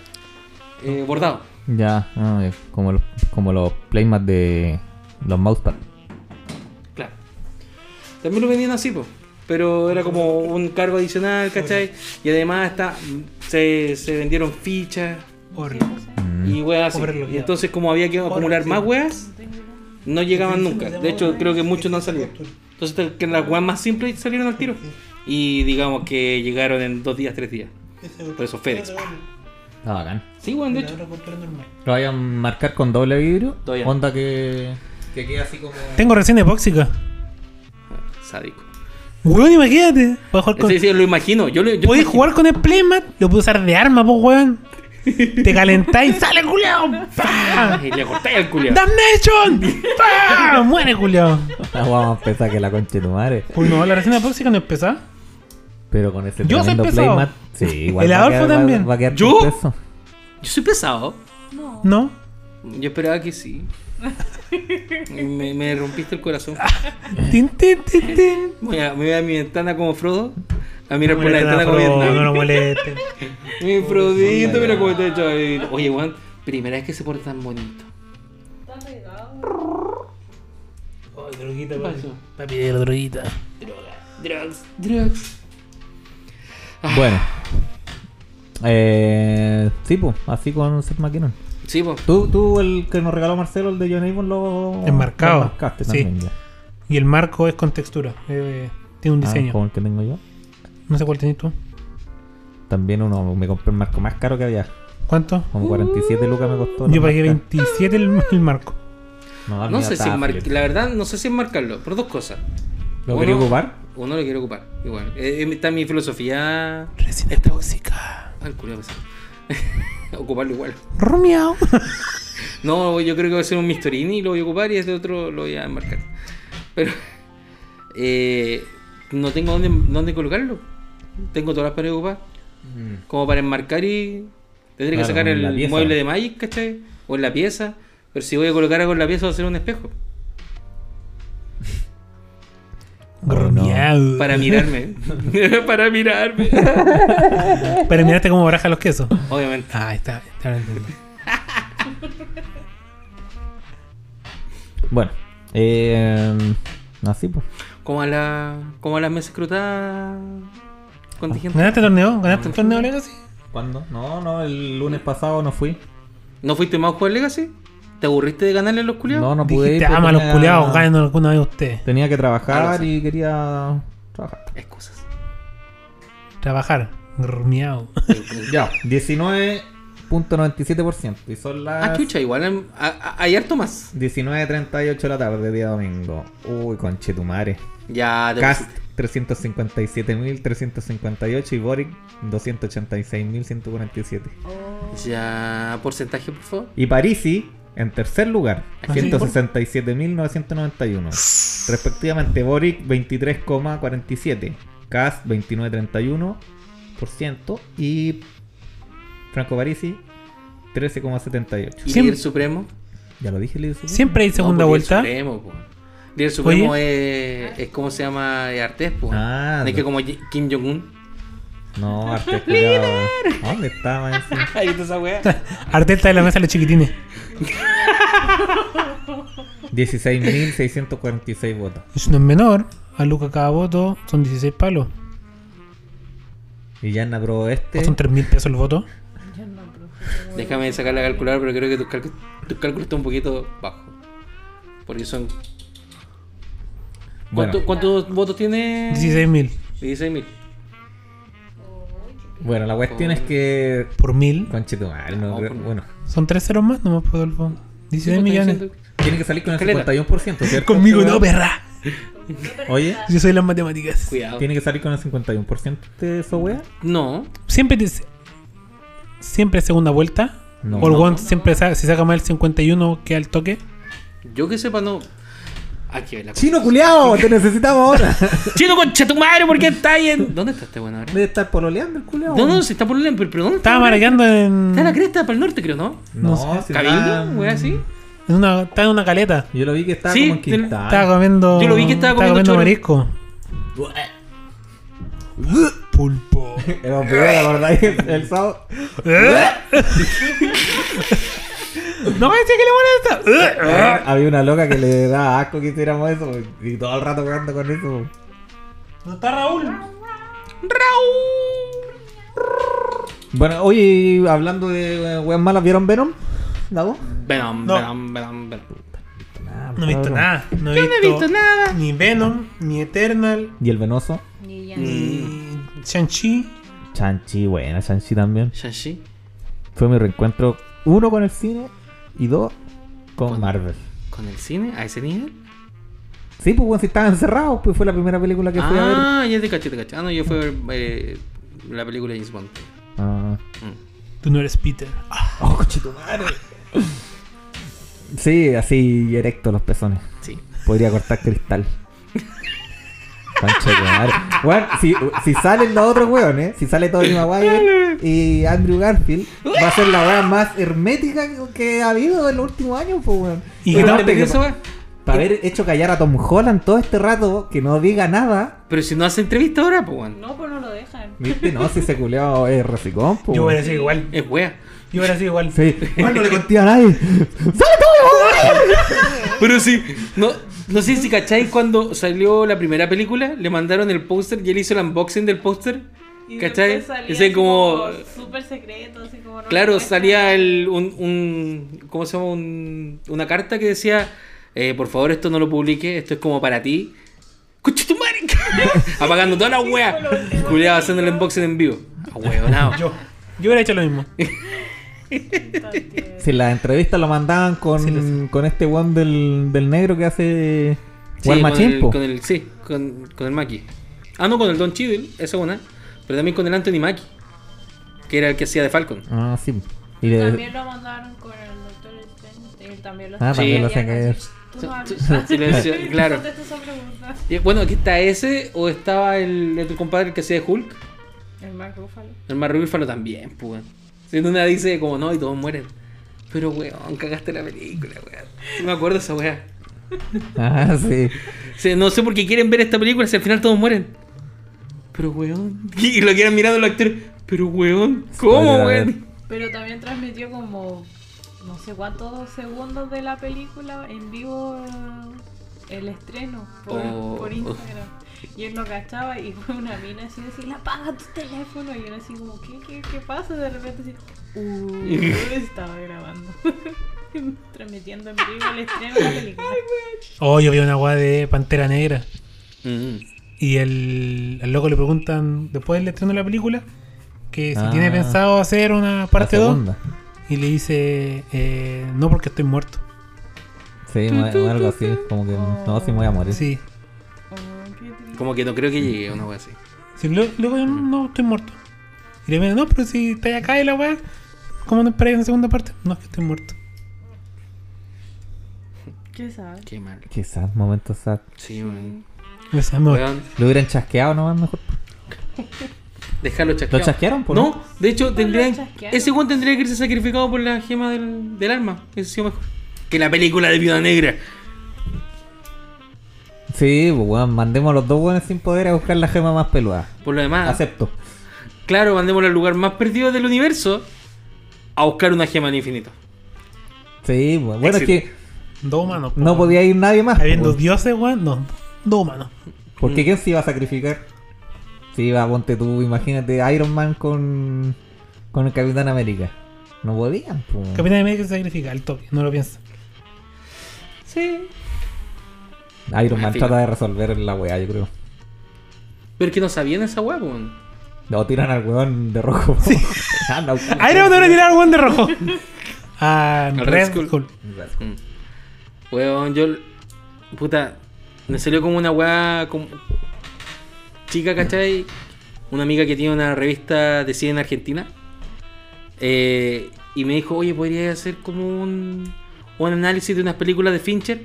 Eh, bordado. Ya, ah, ya, como, los- como los playmat de los mousepad. Claro. También lo vendían así, po. Pero era como un cargo adicional, ¿cachai? Y además está, se, se vendieron fichas Por- y weas así. Pobre lo Y que- entonces, como había que acumular más weas, no llegaban nunca. De hecho, creo que muchos no han salido. Entonces, te- que las weas más simples salieron al tiro. Y digamos que llegaron en dos días, tres días. Por eso FedEx. Está bacán. Sí, weón, de hecho. Lo vayan a marcar con doble vidrio. Todavía. Onda que. Que quede así como. Tengo recién epóxica. Sádico. Weón, imagínate. Puedes jugar con, Sí, sí, lo imagino. Yo, lo- yo podés imagino. jugar con el playmat, lo puedes usar de arma, pues weón. Te calentáis, sale culiao. ¡Pah! Y le corté al culiao. ¡Damnation! ¡Pah! Muere culiao. Ah, Vamos a pensar que la concha de tu madre. Uy, no, la resina epóxica no es pesada. Pero con ese Yo soy tremendo pesado. playmat. Sí, igual. El va a Adolfo quedar- va- también. va a quedar ¿Yo? con peso. Yo soy pesado. ¿No? Yo esperaba que sí. me, me rompiste el corazón. Tin, tin, tin, tin. Voy a- me voy a mi ventana como Frodo. A mirar No por la molesten a ventana como Frodo, Vietnam. No lo molesten. Mi Frodito, mira cómo está hecho ahí. Oye, Juan, primera vez que se porta tan bonito. Oh, droguita, ¿Qué papi. pasó? Papi de la droguita. Drugs, drugs. Bueno. Eh, sí, pues, así con Seth MacKinnon. Sí, pues. Tú, tú, el que nos regaló Marcelo, el de John Avon, lo. Enmarcado. lo marcaste Sí. también, ya. Y el marco es con textura. eh, tiene un Ah, diseño. como el que tengo yo. No sé cuál tenés tú. También uno, me compré el marco más caro que había. ¿Cuánto? Uh. Como 47 lucas me costó. Yo la pagué marca. 27 el, el marco. Ah, No, No sé si enmar- La verdad, no sé si enmarcarlo. Por dos cosas. ¿Lo quería Uno- ocupar? Uno lo quiero ocupar. Igual. Eh, eh, está mi filosofía. Resina epóxica. Ay, culiao, pesado. Ocuparlo igual. Rumiao. No, yo creo que va a ser un Mistorini, lo voy a ocupar y este otro lo voy a enmarcar. Pero eh, no tengo dónde, dónde colocarlo. Tengo todas las paredes ocupadas. Como para enmarcar y tendré Mm. Claro, que sacar en la el pieza. mueble de Magic, ¿cachai? O en la pieza. Pero si voy a colocar algo en la pieza va a ser un espejo. Oh, no. Rumiao. Para mirarme. para mirarme. Para mirarte cómo baraja los quesos. Obviamente. Ah, está. está ahora entendí. Bueno, eh, así pues. Como a la. como a las mesas escrutadas. Contingente. ¿Ganaste torneo? ¿Ganaste el torneo Legacy? ¿Cuándo? No, no, el lunes pasado no fui. ¿No fuiste más a jugar Legacy? ¿Te aburriste de ganarle a los culiados? No, no pude ir. Dijiste, porque ama a los tenía- culiados, ganen alguna vez ustedes. Tenía que trabajar Ah, lo sé. y quería trabajar. Excusas. Trabajar. Rumiao. 19.97% y son Ah, las chucha, igual em, a- a- hay harto más. 19.38 de la tarde, día domingo. Uy, conchetumare. Ya, te Cast pusiste. 357.358 y Boric 286.147. Ya, porcentaje, por favor. Y Parisi, en tercer lugar, Ah, sí. 167.991. Respectivamente, Boric 23,47. Cas 29,31%. Y Franco Parisi 13,78. ¿Y Siempre- líder supremo? Ya lo dije, le dije. Siempre hay segunda No, pues, vuelta. Líder supremo, po. Líder supremo es, es como se llama es Artés, po. Ah, es que no. como Ye- Kim Jong-un. No, Arte culiao. ¿Dónde está, man? Sí. Ahí está esa weá. Arteta de la mesa de los chiquitines. 16.646 votos. Eso no es menor. A Luca cada voto son 16 palos. Y ya aprobó este. O son 3 mil pesos el voto. Déjame sacar la calculadora, pero creo que tus cálculos, tus cálculos están un poquito bajos. Porque son. Bueno, ¿Cuánto- ¿Cuántos votos tiene? 16 mil 16.000. bueno, la cuestión es que. por mil. Conchetumare, no, No, creo- por- Bueno. Son 3 ceros más, no me puedo el fondo. 16 millones. Tiene que salir con el Caleta. 51%, ¿cierto? Este Conmigo no, perra. Oye, Yo soy las matemáticas. Cuidado. tiene que salir con el 51% de esa wea. No, Siempre te- siempre es segunda vuelta. No. o el No. weón siempre sa- si saca más el 51 que al toque. yo que sepa, no. Hay que ver la ¡Chino culiao! ¡Te necesitamos ahora! Chino, concha tu madre, ¿por qué está ahí en.? ¿Dónde está este bueno ahora? Debe estar pololeando el culiao. No, no, si está por el pero, pero ¿dónde está? Estaba maraqueando Está en la en. cresta para el norte, creo, ¿no? No, No si Cabildo, está- wea así. En una, estaba en una caleta. Yo lo vi que estaba Sí, como en tiene- Quintana. Estaba comiendo. Ah. Yo lo vi que estaba comiendo marisco. Pulpo. Era un video, ¿te acordáis? El sábado. ¿Eh? no me que ¿Eh? le molesta. Había una loca que le daba asco que hiciéramos eso. Y todo el rato jugando con eso. no está Raúl. Bueno, oye, y hablando de eh, weas malas, ¿vieron Venom? ¿Dago? Venom, No. Venom, Venom, Venom. No he visto nada. No he Ah, Yo no visto, he visto nada. Ni Venom, ni Eternal, Y el Venoso. Ni ya. Mm. ni Shang-Chi. Chanchi, buena, Chanchi también. Shang-Chi. Fue mi reencuentro, uno con el cine y dos con, Con- Marvel. ¿Con el cine? ¿A ese nivel? Sí, pues bueno, si estaban encerrados, pues fue la primera película que fui a ver. Ah, ya te caché, te caché. Ah, no, yo fui a ver eh, la película de James Bond. Ah. Tú no eres Peter. Oh, cochito madre. Sí, así erecto los pezones. Sí. Podría cortar cristal. Concha de madre. Bueno, si, si salen los otros weones, si sale Tobey Maguire y Andrew Garfield, va a ser la weá más hermética que, que ha habido en los últimos años, pues weón. Y Weón, no te ¿Te metí eso, pa- güey? Para haber hecho callar a Tom Holland todo este rato, que no diga nada. Pero si no hace entrevista ahora, pues, weón. No, pues no lo dejan. ¿Viste? No, si se culeó es recicón, pues. Yo weón. hubiera sido igual. Es wea. Yo hubiera sido igual. Sí. Bueno, no le conté a nadie. ¡Sale Tobey Maguire! Pero sí, no, no sé si cacháis cuando salió la primera película, le mandaron el póster y él hizo el unboxing del póster. Y ¿Cachai? después salía Ese así como. Súper secreto, así como. no Claro, lo muestran. salía el, un, un- ¿Cómo se llama? Un- una carta que decía: eh, Por favor, esto no lo publique, esto es como para ti. ¡Cuchitumare! Apagando toda la wea. Juliaba haciendo el unboxing en vivo. Ah, A Yo. Yo hubiera hecho lo mismo. Si las entrevistas lo mandaban con, Sí, lo con este one del, del negro que hace War con, Machine, el, po. con el- Sí, con, con el Maki. Ah, no, con el Don Chidel, esa es una. Pero también con el Anthony Maki, que era el que hacía de Falcon. Ah, sí. Y le- También lo mandaron con el doctor Strange. Él también lo Ah, también lo saqué. Tú no hablas. Sí, le decía- claro. Contesta esa pregunta. Y, bueno, aquí está ese, o estaba el, el compadre que hacía de Hulk. El Mark Ruffalo. El Mar Rúfalo también, pues. Si una dice como no y todos mueren. Pero weón, cagaste la película, weón. Sí me acuerdo esa weá. Ah, sí. Sí, no sé por qué quieren ver esta película si al final todos mueren. Pero weón. Y lo quieren mirando los actores. Pero weón, ¿cómo, Spoiler alert. weón? Pero también transmitió como no sé cuántos segundos de la película en vivo eh, el estreno por, Oh. por Instagram. Y él lo cachaba y fue una mina así de decirle apaga tu teléfono y él así como ¿qué, qué, qué pasa? De repente así uh, estaba grabando. Transmitiendo en vivo el estreno de la película. Oh, yo vi una weá de Pantera Negra. Mm. Y el, al loco le preguntan después del estreno de la película que si Ah. tiene pensado hacer una parte La 2. segunda. Y le dice, eh, no porque estoy muerto. Sí, mo- algo así. Como que no, si me voy a morir. Sí. Oh, qué triste. Como que no creo que llegue a una weá así. Sí, lo- luego yo Mm. no estoy muerto. Y le dicen, no, pero si estás acá y la weá, ¿cómo no esperáis una segunda parte? No, es que estoy muerto. ¿Qué sabes? Qué mal. Quizás, momento sad. Sí, weón. O sea, me voy. Weón, Lo hubieran chasqueado nomás mejor. dejarlo ¿Lo chasqueado. chasquearon? po, No, de hecho, tendrían, chasquearon. ese weón tendría que irse sacrificado por la gema del, del alma. Eso sido mejor. Que la película de Viuda Negra. Sí, pues weón, mandemos a los dos buenos sin poder a buscar la gema más peluda. Por lo demás, Acepto. Claro, mandémoslo al lugar más perdido del universo a buscar una gema del infinito. Sí, pues. Bueno, es que Dos humanos. po, no weón. podía ir nadie más. po, Habiendo weón. dioses, weón, no. Dos humanos. Porque quién se iba a sacrificar? Se iba, ponte tú, imagínate Iron Man con, con el Capitán América. No podían, po. Capitán América se sacrifica al toque, no lo piensa. Sí. Iron Man Filo. trata de resolver la weá, yo creo. Pero es que no sabían esa hueá, weón. O tiran al weón de rojo. po. Ah, no, Iron Man debería tirar al weón de rojo. Ah, Al Red, Red Skull. Skull. Mm. Weón, yo. Puta, me salió como una weá. Como... Chica, ¿cachai? Una amiga que tiene una revista de cine en Argentina. Eh, y me dijo, oye, podría hacer como un, un análisis de unas películas de Fincher.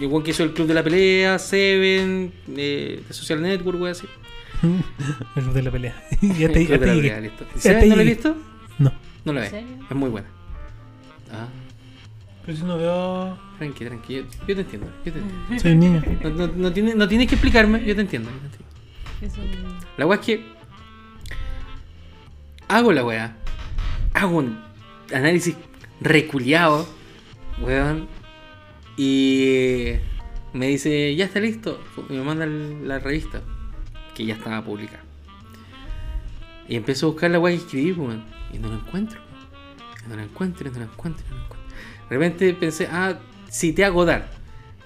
El weón que hizo el Club de la Pelea, Seven, eh, de Social Network, weón, así. El club de la pelea. ya te, El ya Club de te la llegué. Pelea, listo. Ya ¿Seven te no lo he llegué. visto? No. No la ¿En ve. serio? Es muy buena. Ah. Pero si no veo. Tranqui, tranqui. Yo, yo te entiendo. Yo te entiendo. Soy un niño. No, no, no tienes, no tienes que explicarme. Yo te entiendo. yo te entiendo. Es un- La weá es que. Hago la weá. Hago un análisis reculeado. Weón. Y. Me dice, ya está listo. Y me manda el- la revista. Que ya estaba publicada. Y empiezo a buscar la weá que escribí, weón. Y no la encuentro. Y No la encuentro, y no la encuentro, y no la encuentro. De repente pensé, ah, cité a Godard.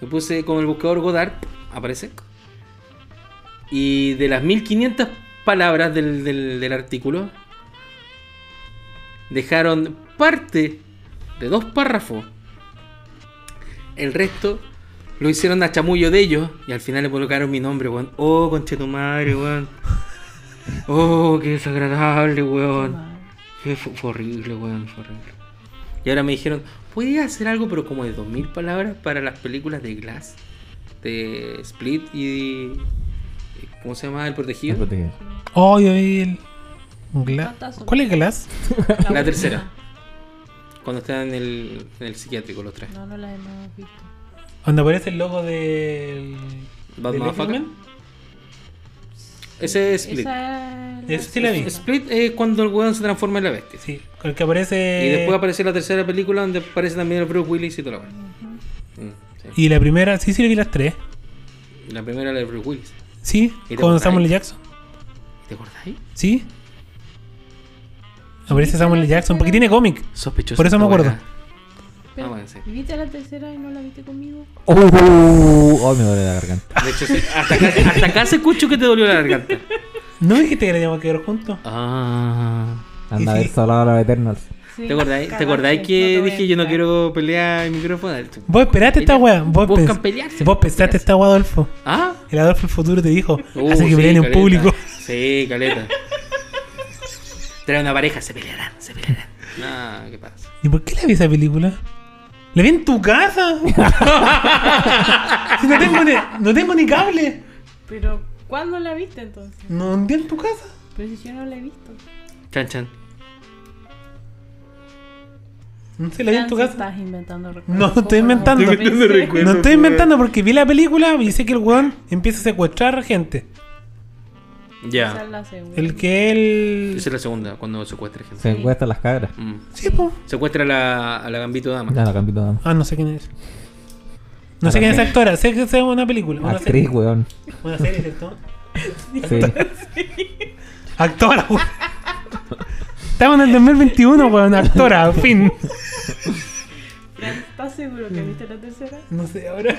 Me puse con el buscador Godard. Aparece. Y de las 1500 palabras del, del- del artículo, dejaron parte de dos párrafos. El resto lo hicieron a chamullo de ellos y al final le colocaron mi nombre, weón. Oh, conche tu madre, weón. Oh, qué desagradable, weón. Qué fu- fue horrible, weón, fue horrible. Y ahora me dijeron, ¿puedes hacer algo pero como de 2000 palabras para las películas de Glass? De Split y... ¿Cómo se llama? El Protegido. Protegido. Oh, yo vi el. Glass. Fantasma. ¿Cuál es Glass? La última. tercera. Cuando están en el, en el psiquiátrico los tres. No, no la hemos visto. Donde aparece el logo del. Bad del Motherfucker. X-Men. Ese es Split. Esa es la Eso sí la vi. tercera. Split es cuando el weón se transforma en la bestia. Sí, con el que aparece. Y después aparece la tercera película donde aparece también el Bruce Willis y toda la weá. Mm, sí. Y la primera, sí, sí, le vi las tres. La primera la de Bruce Willis. Sí, ¿Y te con acordáis? Samuel L. Jackson. ¿Te acordáis? Sí. Aparece Samuel L. Jackson, porque tiene cómic. Sospechoso. Por eso me esta acuerdo. weá. Pero, Ah, bueno, sí. ¿y ¿Viste la tercera y no la viste conmigo? Oh, oh, me duele la garganta. De hecho, sí, hasta, acá, hasta acá se escucho que te dolió la garganta. ¿No dijiste que teníamos que ver juntos? Ah. Anda a Y ver sí. solo a los Eternals. Sí. ¿Te acordáis, ¿te Cagaste, acordáis que no te dije yo no vengas. quiero pelear en micrófono? Vos esperaste esta weá. Vos, Buscan pens- pelearse, vos buscan pensaste pelearse. esta weá, Adolfo. Ah. El Adolfo del futuro te dijo: Uh, Hace que sí, peleen en caleta. público. Sí, caleta. Trae una pareja, se pelearán, se pelearán. No, ¿qué pasa? ¿Y por qué la vi esa película? ¡La vi en tu casa! Si no, tengo ni, no tengo ni cable. Pero, ¿cuándo la viste entonces? No vi en tu casa. Pero si yo no la he visto. Chan, chan. No sé, la vi en tu Chance casa. Estás inventando recuerdos. No, no estoy ¿Cómo inventando. no pensé? No estoy inventando porque vi la película y sé que el weón empieza a secuestrar gente. Esa Ya. es la segunda. El que él. Esa es la segunda, cuando secuestra gente. Se encuestan las cabras. Mm. Sí, po. Secuestra a la, a la gambito dama. Ya la cambito nada más. Ah, no sé quién es. No sé quién es actora, sé que es una película. Una Actriz, serie. weón. Una serie, ¿cierto? Sí. Actora, weón. Estamos en el 2021, weón. Actora, fin. ¿Estás seguro que viste la tercera? No sé, ahora.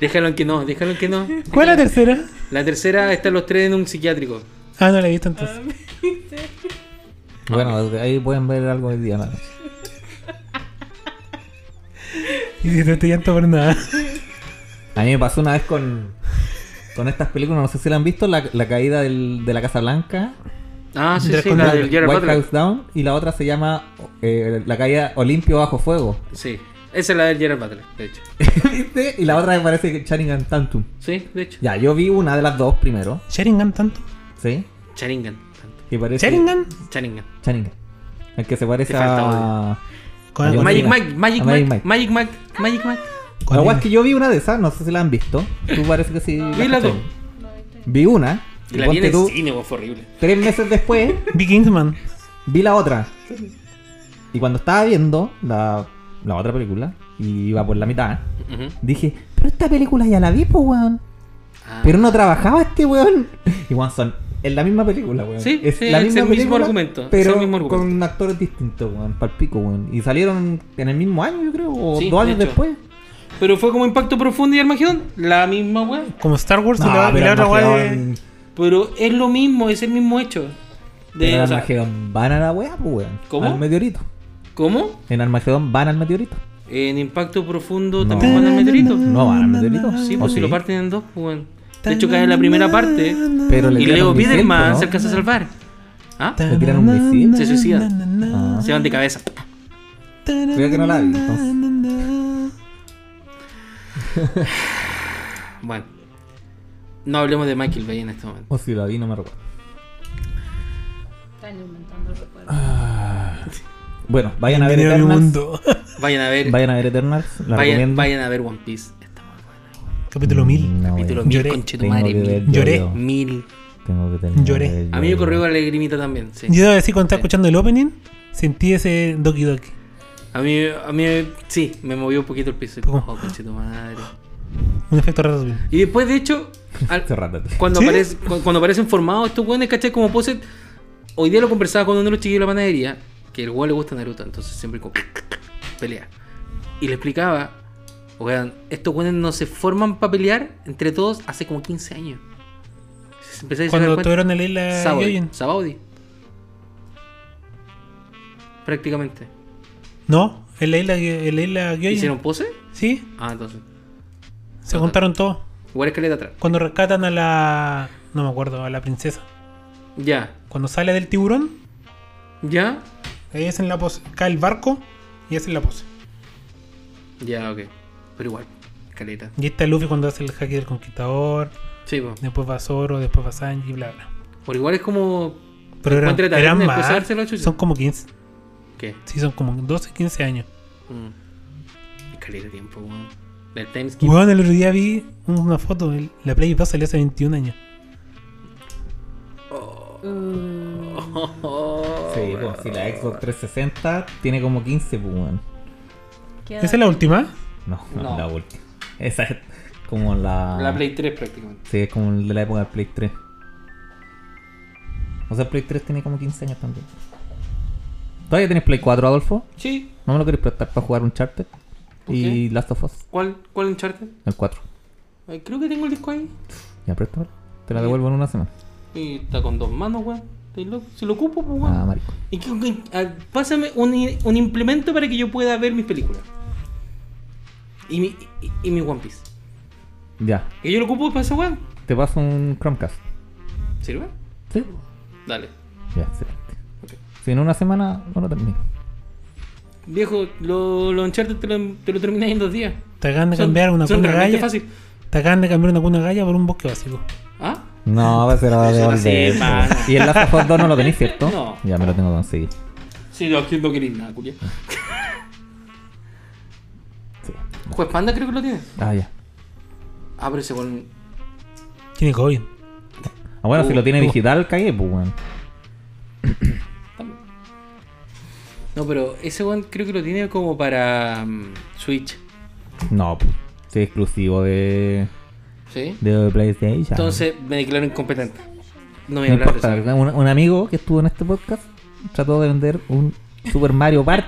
Déjalo en que no, déjalo en que no. ¿Cuál es la tercera? La tercera están los tres en un psiquiátrico. Ah, no la he visto entonces. Bueno, de ahí pueden ver algo hoy día. ¿no? Ah. Y si no te llanto por nada. A mí me pasó una vez con, con estas películas, no sé si la han visto, la, la caída del- de la Casa Blanca, Ah, sí, Dracon sí, la del White Gerard Butler. House Down, y la otra se llama eh, la caída Olimpio Bajo Fuego. Sí, esa es la del Gerard Butler, de hecho. ¿Viste? Y la otra me parece que Charingan Tantum. Sí, de hecho. Ya, yo vi una de las dos primero, Sharingan tanto. ¿sí? Charingan. Y parece... Sharingan. Charingan. Charingan. El que se parece Te falta a... Con Ay, algo Mike. así. Magic Mike, Magic A Mike, Magic Mike. Magic Mike, Magic Mike. Con La algo guay es que yo vi una de esas, no sé si la han visto. Tú parece que sí. Vi las dos. Vi una. Y Y la vi en ponte el tú, cine, weón, fue horrible. tres meses después, Vi Kingsman. vi la otra. Y cuando estaba viendo la, la otra película, y iba por la mitad, Ujú. dije, pero esta película ya la vi, pues, weón. Ah. Pero no trabajaba este weón. Y weón, son en la misma película, weón. Sí, sí, es el mismo argumento, es Pero el mismo argumento. con actores distintos, weón. Palpico, weón. Y salieron en el mismo año, yo creo, o Sí, dos de años hecho. después. Pero fue como Impacto Profundo y Armagedón, la misma weá. Como Star Wars y No, la, y pero la otra guay de- Armagedón- Pero es lo mismo, es el mismo hecho. De, en o sea, Armagedón van a la weá, pues, weón. ¿Cómo? Al meteorito. ¿Cómo? En Armagedón van al meteorito. En Impacto Profundo No. también van al meteorito. No van al meteorito. Sí, ¿O pues si sí? lo parten en dos, pues weón. De hecho, cae en la primera parte Pero le y tiran Leo un misil, Biderman ¿no? se alcanza a salvar. ¿Ah? Le tiran un misil. Se suicida. Ah. Se van de cabeza. Creo que no la vi, entonces. Bueno. No hablemos de Michael Bay en este momento. O si la vi, no me recuerdo. Ah. Están inventando recuerdos. Bueno, vayan a ver Bienvenido a mi Eternals. mundo. Vayan a ver. Vayan a ver Eternals. La Vayan, recomiendo. vayan a ver One Piece. Está muy buena. Capítulo 1000. No, Capítulo weón. Lloré. 1000, conchetumare. Tengo que ver Mil. yo, Lloré. yo. Mil. Tengo que terminar Lloré. de ver A mí me yo, corrió yo. la lagrimita también, sí. Yo debo decir, cuando estaba Sí. escuchando el opening, sentí ese Doki Doki. A mí, a mí, sí, me movió un poquito el piso. ¿Cómo? Oh, conchetumare. Un efecto raro. bien. Y después, de hecho, al- Hace rato. cuando, ¿Sí? aparece- cu- cuando aparecen formados estos weones, ¿cachai? Como pose. Hoy día lo conversaba con uno de los chiquillos de la panadería, que el weón le gusta Naruto, entonces siempre como pelea. Y le explicaba, weón, estos weones no se forman para pelear entre todos hace como 15 años. Empecé a sacar Cuando cuenta- tuvieron el isla Sabaudi. Yoyin. Sabaudi. Prácticamente. No, en la isla, en la isla Gyojin. ¿Hicieron pose? Sí, Ah, entonces. se juntaron todos. Igual escaleta atrás. Cuando rescatan a la. No me acuerdo, a la princesa. Ya. Cuando sale del tiburón, ¿Ya? ahí hacen la pose. Cae el barco y hacen la pose. Ya, ok. Pero igual, escaleta. Y ahí está Luffy cuando hace el haki del conquistador. Sí, po. Después va Zoro, después va Sanji, bla, bla. Por igual es como. Pero eran, Encuentra eran taberna, después más. darse los chuchos. Son como 15. ¿Qué? Sí, son como 12, 15 años. Mm. Escaleta de tiempo, weón. Del time skip. Weón, el otro día vi una foto. el- La Play Pass salió hace 21 años. Oh, oh, Sí, weón. pues, si la Xbox 360 tiene como 15, pues, weón. ¿Qué ¿Esa es la última? No, no, No. la última. Esa es como la. La Play 3 prácticamente. Sí, es como el de la época del Play 3. O sea, el Play 3 tiene como 15 años también. ¿Todavía tienes Play 4, Adolfo? Sí. ¿No me lo quieres prestar para jugar un charter? ¿Por Y Last of Us, ¿Cuál, cuál Uncharted? el 4. Ay, Creo que tengo el disco ahí. Ya, préstamelo. Te la devuelvo en una semana. Y está con dos manos, weón. Estoy loco. Si lo ocupo, pues weón. Ah, marico. Y que- que- a- pásame un, i- un implemento para que yo pueda ver mis películas. Y mi, y, y mi One Piece. Ya. Que yo lo ocupo para esa weón. Te paso un Chromecast. ¿Sirve? ¿Sí? Dale. Ya, excelente. Ok. Si en una semana no lo termino. Viejo, lo, lo Uncharted te lo, te lo terminas en dos días. Te acaban de Son- cambiar una son cuna realmente galla. fácil. Te acaban de cambiar una cuna galla por un bosque básico. ¿Ah? No, va a ser a devolver. mano. Y el Last of Us 2 no lo tenéis, ¿cierto? No. Ya me lo tengo que conseguir. Sí, no, aquí no queréis nada, culia. Sí. Juez Panda creo que lo tiene. Ah, ya. Ah, pero ese weón. Tiene COVID. Ah, bueno, si Uh, lo tiene uh. digital, cagué, pues, weón. No, pero ese weón creo que lo tiene como para mm, Switch. No, pues. Sí, exclusivo de, ¿Sí? de PlayStation. Entonces me declaro incompetente. No voy a no hablar importa. de eso. Un, un amigo que estuvo en este podcast trató de vender un Super Mario Party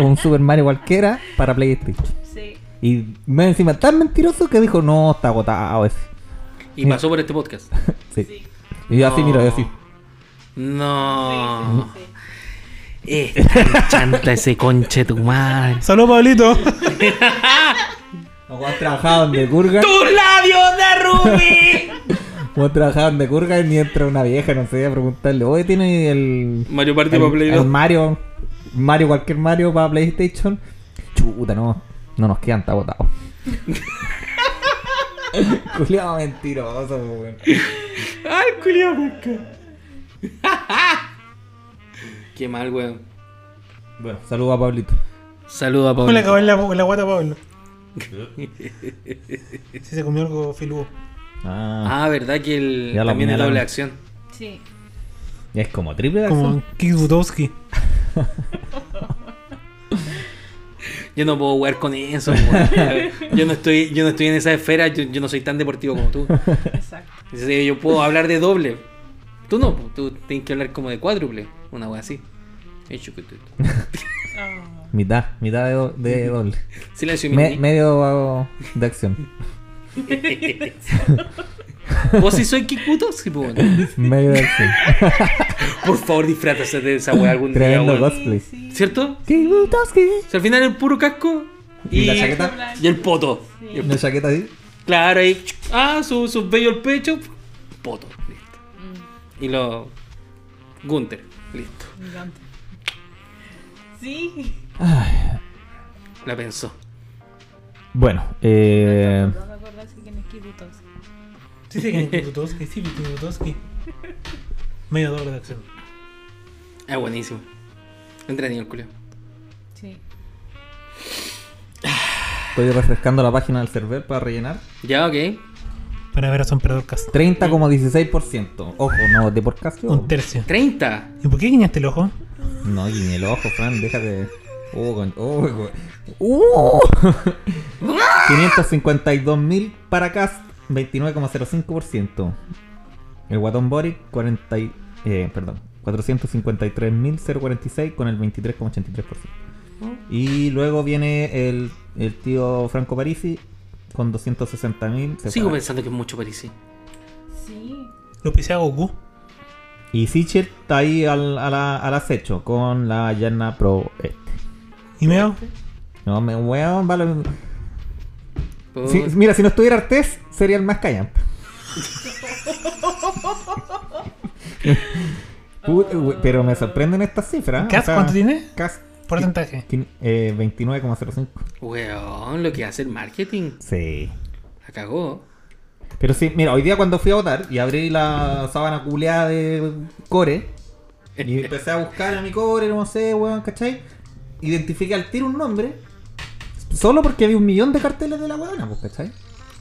o un Super Mario cualquiera para PlayStation. Sí. Y me encima tan mentiroso que dijo, no, está agotado ese. Y pasó por este podcast. Sí. Y yo así, No. mira, yo así. No. Eh, chanta ese conche tu madre. ¡Salud, Pablito! Cuando trabajaban de curga, ¡Tus labios de rubí! cuando trabajaban de curga y entra una vieja, no sé, a preguntarle, oye, ¿tiene el... Mario Party el- para Play el 2. Mario, Mario, cualquier Mario para PlayStation? Chuta, no, no nos quedan, está agotado. Culeado mentiroso, po, weón. ¡Ay, culiao, pesca! Qué mal, weón. Bueno, saludos a Pablito. Saludo a le Pablo. acabó en la, en la guata a Pablo. Sí, se comió algo filudo. Ah, Ah, verdad que el Ya lo también es apuñalaron. doble acción. Sí. ya es como triple de acción. Como Kick Butowski. Yo no puedo jugar con eso, weón. Yo no estoy, yo no estoy en esa esfera, yo, yo no soy tan deportivo como tú. Exacto. Sí, yo puedo hablar de doble. Tú no, po. tú tienes que hablar como de cuádruple, una wea así. Eh, chucutut. Oh. Mitad, mitad de, do- de doble. Silencio, Me- mini. medio hago de acción. Vos sí soy Kikuto, sí, po, weón. medio de acción. Por favor, disfrátase de esa wea algún día, Tremendo weón. cosplay. ¿Cierto? Kibutowski. Si al final el puro casco y, ¿Y la chaqueta? y el poto. Y el- Una chaqueta así. Claro, ahí. Ah, su, su bello el pecho. Poto. Listo. Y lo. Gunter. Listo. Me encanta. Sí. La pensó. Bueno, eh. No me acuerdo así que no es Kibutowski. Sí, sí, Kick Butowski. Sí, Kick Butowski. Medio doble de acción. Es buenísimo. Ah, Entretenido el culio. Sí. Estoy refrescando la página del server para rellenar. Ya, ok. Para ver a San Emperador Cast. 30,16%. Ojo, no, de por casi. ojo. Un tercio. 30. ¿Y por qué guiñaste el ojo? No, y ni el ojo, Fran, déjate. Oh, con... oh, con- ¡Uh! 552.000 para Cast, 29,05%. El Guatón Boric, 40 y- eh, perdón, 453.046 con el 23,83%. Y luego viene el, el tío Franco Parisi con 260.000. se Sigo fue. pensando que es mucho Parisi. Sí. Lo pisé a Goku. Y Sichel está ahí al, a la- al acecho con la Yana Pro. Este. ¿Y meo? No, me weón, vale. Si- mira, si no estuviera Artés, sería el más callampa. Put- we- pero me sorprenden estas cifras. ¿eh? ¿Cast cuánto tiene? Cast Porcentaje. quin- eh, 29,05. Weón, lo que hace el marketing. Sí. La cagó. Pero sí, mira, hoy día cuando fui a votar y abrí la sábana culeada de core y empecé a buscar a mi core, no sé, weón, ¿cachai? Identifiqué al tiro un nombre solo porque había un millón de carteles de la weona, pues, ¿cachai?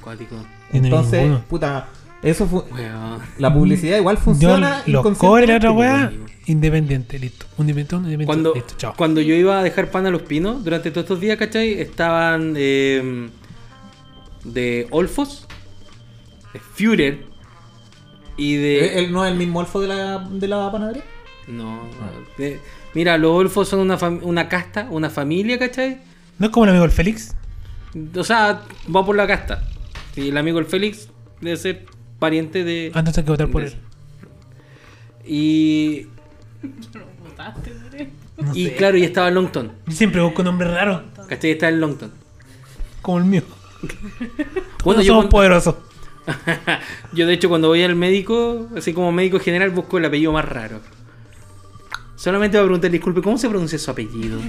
Cuático. Y no hay Entonces, ninguno. puta, eso fue, Weón. La publicidad igual Mm. Yo funciona. los cobre la otra weá. weón. Independiente, listo. Un independiente, un independiente. Cuando, Listo, chao. cuando yo iba a dejar pan a los pinos, durante todos estos días, ¿cachai? Estaban eh, de Olfos, de Führer y de... Eh, ¿Él no es el mismo olfo de la, de la panadería? No. de- mira, los Olfos son una, fam- una casta, una familia, ¿cachai? ¿No es como el amigo del Félix? O sea, va por la casta. Y el amigo el Félix debe ser pariente de... Ah, entonces hay que votar por de- él. Y, Pero votaste por él. No y sé. claro, y estaba Longton. Yo siempre busco nombres raros, ¿Cachai? Estaba en Longton. como el mío. Bueno, Todos somos yo, cuando- poderosos. yo de hecho cuando voy al médico, así como médico general, busco el apellido más raro. Solamente voy a preguntar, disculpe, ¿cómo se pronuncia su apellido?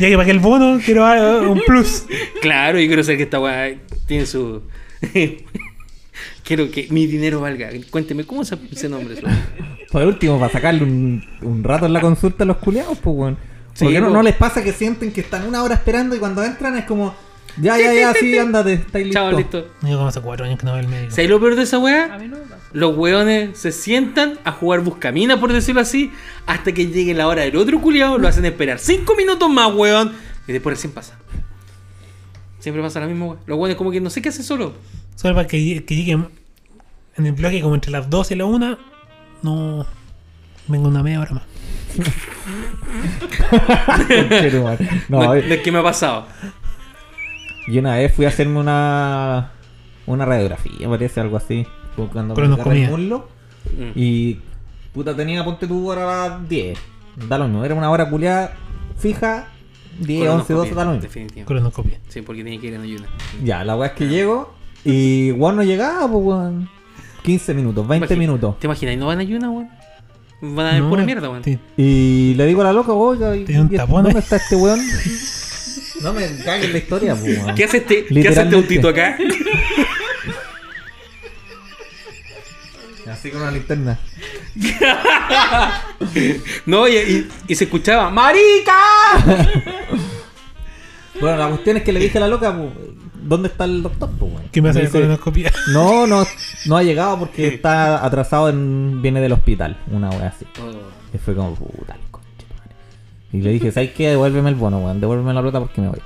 Ya que pagué el bono, quiero ah, un plus. claro, yo quiero saber que esta weá tiene su... quiero que mi dinero valga. Cuénteme, ¿cómo se ese nombre? Por último, para sacarle un, un rato en la consulta a los culeados, pues, weón. Sí, Porque no, po. no les pasa que sienten que están una hora esperando y cuando entran es como, ya, ya, ya, sí, ándate, estáis listo. Chao, listo. Yo como hace cuatro años que no veo el médico. ¿Sabes lo peor de esa weá? A mí no me pasa. Los weones se sientan a jugar buscamina, por decirlo así, hasta que llegue la hora del otro culiado, lo hacen esperar 5 minutos más, weón, y después recién pasa. Siempre pasa lo mismo, weón. Los weones como que no sé qué hace solo. Solo para que, llegue- que llegue en el bloque como entre las 12 y la 1, no vengo una media hora más. Pero, weón, no, eh. No, a no ver, es que me ha pasado. yo una vez fui a hacerme una, una radiografía, parece, algo así. como Cuando me Colonoscomía. agarré el muslo. Mm. Y puta tenía, ponte tu hora a las 10. Da lo mismo, era una hora culeada fija, 10, 11, 12, da lo mismo. Definitivo. Colonoscopia. Sí, porque tiene que ir en ayuna. Ya, la weá es que llego y weón no llegaba, pues weón. 15 minutos, 20 Imagina- minutos. ¿Te imaginas? ¿Y no van a ayuna, weón? Van a ver No, Ah, pura mierda, weón. te- Y le digo a la loca, oiga, y, Tiene un y- tapón ¿dónde ahí. está este weón? No me cagues la historia, pues weón. ¿Qué hace este, ¿qué hace este Literalmente. autito acá? Así con una linterna. No, y, y- y se escuchaba, ¡Marica! Bueno, la cuestión es que le dije a la loca, pues, ¿dónde está el doctor, pues weón? ¿Qué me hace la dice, colonoscopia? No, no, no ha llegado porque está atrasado en. viene del hospital, una weá así. Oh, Y fue como, puta, el conche tu madre. Y le dije, ¿sabes qué? Devuélveme el bono, weón, devuélveme la plata porque me voy.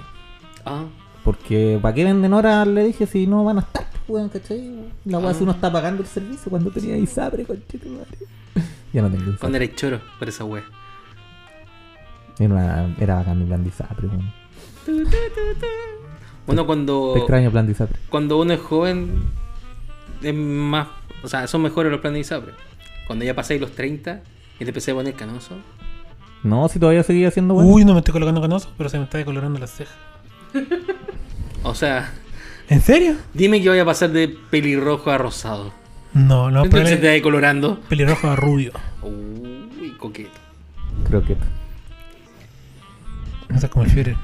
ah, Porque ¿para qué venden horas? Le dije si no van a estar, pues, weón, ¿cachai? La weá Ah. si uno está pagando el servicio cuando tenía Isabre, conchetumare. Ya no tengo cuando Isabre. era choro por esa weón. Era, una, era bacán mi plan de Isabre, weón. Bueno, cuando... Te extraño plan de Isabre. cuando uno es joven, es más. O sea, son mejores los planes de Isabre. Cuando ya pasáis los 30 y te empecé a poner canoso. No, si todavía seguía haciendo weón. Uy, no me estoy colocando canoso, pero se me está decolorando las cejas. O sea, ¿En serio? dime que voy a pasar de pelirrojo a rosado. No, no, pero Entonces te va decolorando. pelirrojo a rubio. Uy, coqueto. Creo que. No sé como el Führer.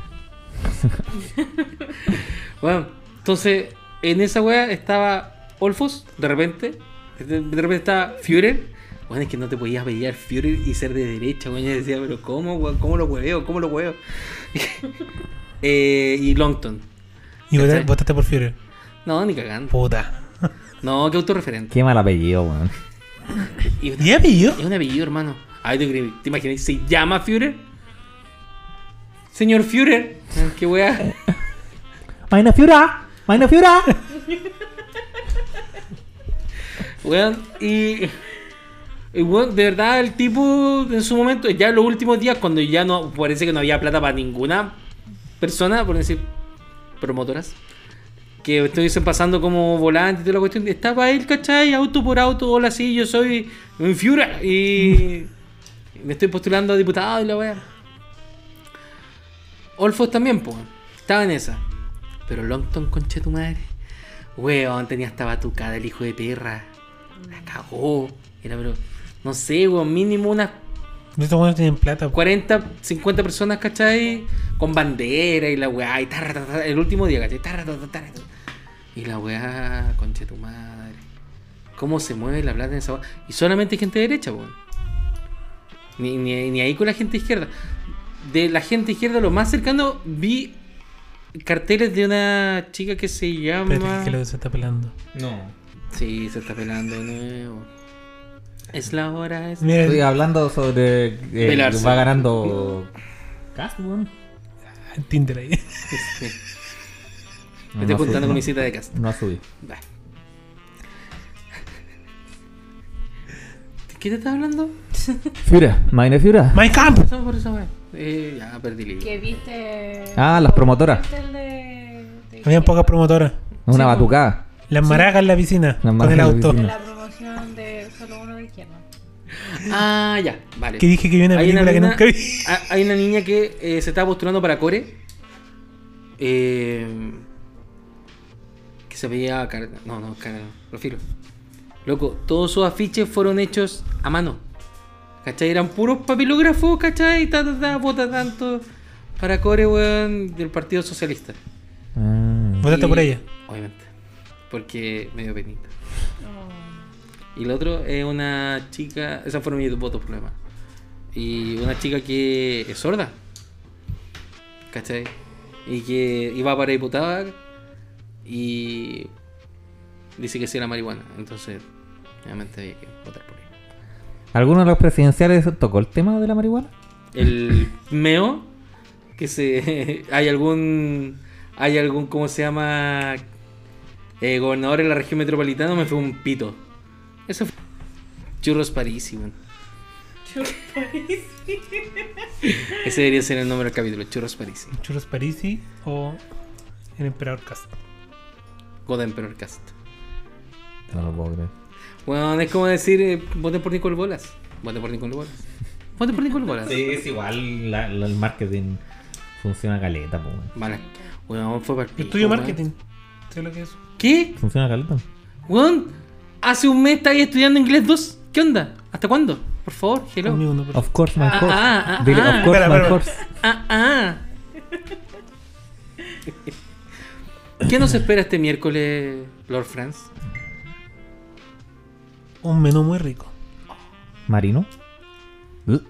Bueno, entonces, en esa wea estaba Olfos, de repente. De de repente estaba Führer. Bueno, es que no te podías pelear Fury y ser de derecha, weón. Yo decía, pero ¿cómo, weón? ¿Cómo lo hueveo? ¿Cómo lo hueveo? Eh, y Longton. Y ¿Cachai? vota- votaste por Fury. No, ni cagando. Puta. No, qué autorreferente. Qué mal apellido, weón. Y una- ¿Y apellido? Es un apellido, hermano. Ay, ¿te, cre- te imaginas? ¿Se llama Führer? Señor Führer. Ah, Qué wea. Maina Fiura, Maina Fiura. Weón, y. y weón, de verdad, el tipo en su momento, ya en los últimos días, cuando ya no parece que no había plata para ninguna persona, por decir, promotoras, que estuviesen pasando como volante y toda la cuestión, estaba él, ¿cachai? Auto por auto, hola, sí, yo soy un Fiura y me estoy postulando a diputado y la weá. Olfos también, pues, estaba en esa. Pero Longton, conche tu madre. Weón, tenía esta batucada el hijo de perra. La cagó. Era, pero, no sé, weón, mínimo unas Estos buenos tienen plata. 40, 50 personas, ¿cachai? Con bandera y la weá. Y tarra, tarra, tarra, el último día, ¿cachai? Tarra, tarra, tarra, tarra. Y la weá, conche tu madre. ¿Cómo se mueve la plata en esa weá? Y solamente gente derecha, weón. Ni, ni, ni ahí con la gente izquierda. De la gente izquierda, lo más cercano, vi carteles de una chica que se llama. Espérate, que lo se está pelando. No. Sí, se está pelando de nuevo. Es la hora, es... Mira, Estoy hablando sobre eh, Velarse. va ganando Cast, weón. en Tinder ahí. Me estoy No, juntando no. con mi cita de casa. No subí. Va. ¿De ¿Qué te estás hablando? Fiura, Maina Fiura. ¡My Camp! Pasamos por esa wea. Eh, ya, perdí el hilo. Que viste. Ah, las promotoras. El de- de Habían izquierda, pocas promotoras. Una Sí, batucada. Las maracas en la piscina. con maracas el en la auto. de piscina. la promoción de solo uno de izquierda. Ah, ya, vale. Que dije que vi una Hay película que niña- nunca vi. ha- Hay una niña que eh, se está postulando para Core. Eh, que se veía Car- No, no, Car- Rofilo. Loco, todos sus afiches fueron hechos a mano. ¿Cachai? Eran puros papilógrafos, ¿cachai? Ta, ta, ta, vota tanto para Core, weón, del Partido Socialista. Ah. Votaste Y- por ella. Obviamente. Porque medio penita. Oh, Y el otro es una chica. Esas fueron mis dos votos, problema. Y una chica que es sorda. ¿Cachai? Y que iba para diputada y dice que sí era marihuana. Entonces, obviamente había que votar por ella. ¿Alguno de los presidenciales tocó el tema de la marihuana? El meo, que se. hay algún. Hay algún, ¿cómo se llama? Eh, gobernador en la región metropolitana, me fue un pito. Eso fue. Churros Parisi, weón. Ese debería ser el nombre del capítulo, Churros Parisi. Churros Parisi o El Emperador Cast. God Emperor Cast. No lo puedo creer. Bueno, es como decir, eh, voten por Nicol Bolas. Voten por Nicol Bolas. Voten por Nicol Bolas. Sí, es igual, la- la- el marketing funciona caleta, po, weón. Mala. Weón, fue para el Yo pico, estudio weón. marketing. Sé lo que es. ¿Qué? Funciona caleta. Weón, hace un mes estáis estudiando inglés 2. ¿Qué onda? ¿Hasta cuándo? Por favor, hello. Conmigo no, pero- Of course, my Ah, horse. ah, ah, Dile, ah. of course, Espera, my espera, horse. Ah, ah. ¿Qué nos espera este miércoles, Lord Franz? Un menú muy rico. Marino. Uh.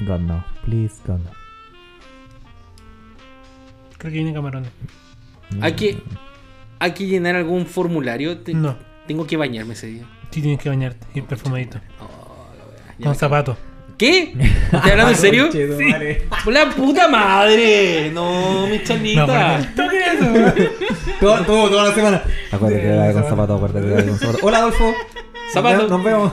God no, please, God no. Creo que viene camarones. Mm. Hay que, hay que llenar algún formulario. Te- No. Tengo que bañarme ese día. Sí tienes que bañarte. Ir perfumadito. Ya Con me- zapatos. ¿Qué? ¿Estás hablando en serio? Sí. ¡La puta madre! No, mi No, chanita. bueno. Todo, todo, toda la semana. Acuérdate que era con zapato, acuérdate que era con zapato. Hola, Adolfo. Zapato. Nos- Nos vemos.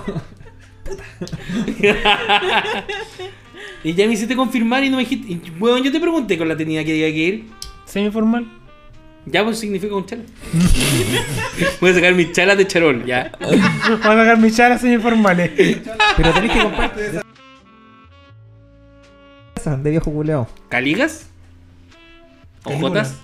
y ya me hiciste confirmar y no me dijiste. y, Weón, yo te pregunté con la tenía que había que ir. Semiformal. Ya pues significa un chala. Voy a sacar mis chalas de charol, ya. Vamos a sacar mis charas semiformales. Pero tenés que comprarte de esa. De viejo culeado. ¿Caligas? ¿Ojotas?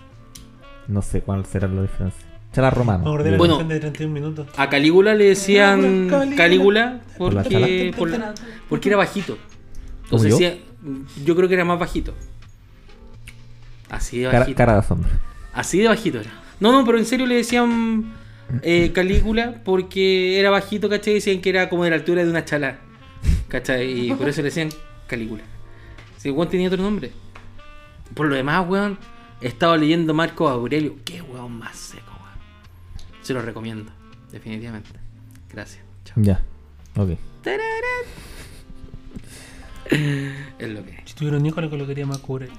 No sé cuál será la diferencia. Chala romana. Me acordé de la Bueno. canción de 31 minutos. A Calígula le decían Calígula. Calígula pues, ¿Por la porque, chala? por la- porque era bajito. ¿Como Entonces yo? decía- yo creo que era más bajito. Así de Cara, bajito. cara de asombro. Así de bajito era. No, no, pero en serio le decían eh, Calígula porque era bajito, ¿cachai? Decían que era como de la altura de una chala, ¿cachai? Y por eso le decían Calígula. Si el weón tenía otro nombre. Por lo demás, weón, he estado leyendo Marco Aurelio. Qué weón más seco, weón. Se lo recomiendo, definitivamente. Gracias. Chao. Ya. Ok. Tararán. Es lo que es. Si tuviera un hijo, le colocaría más cubrele.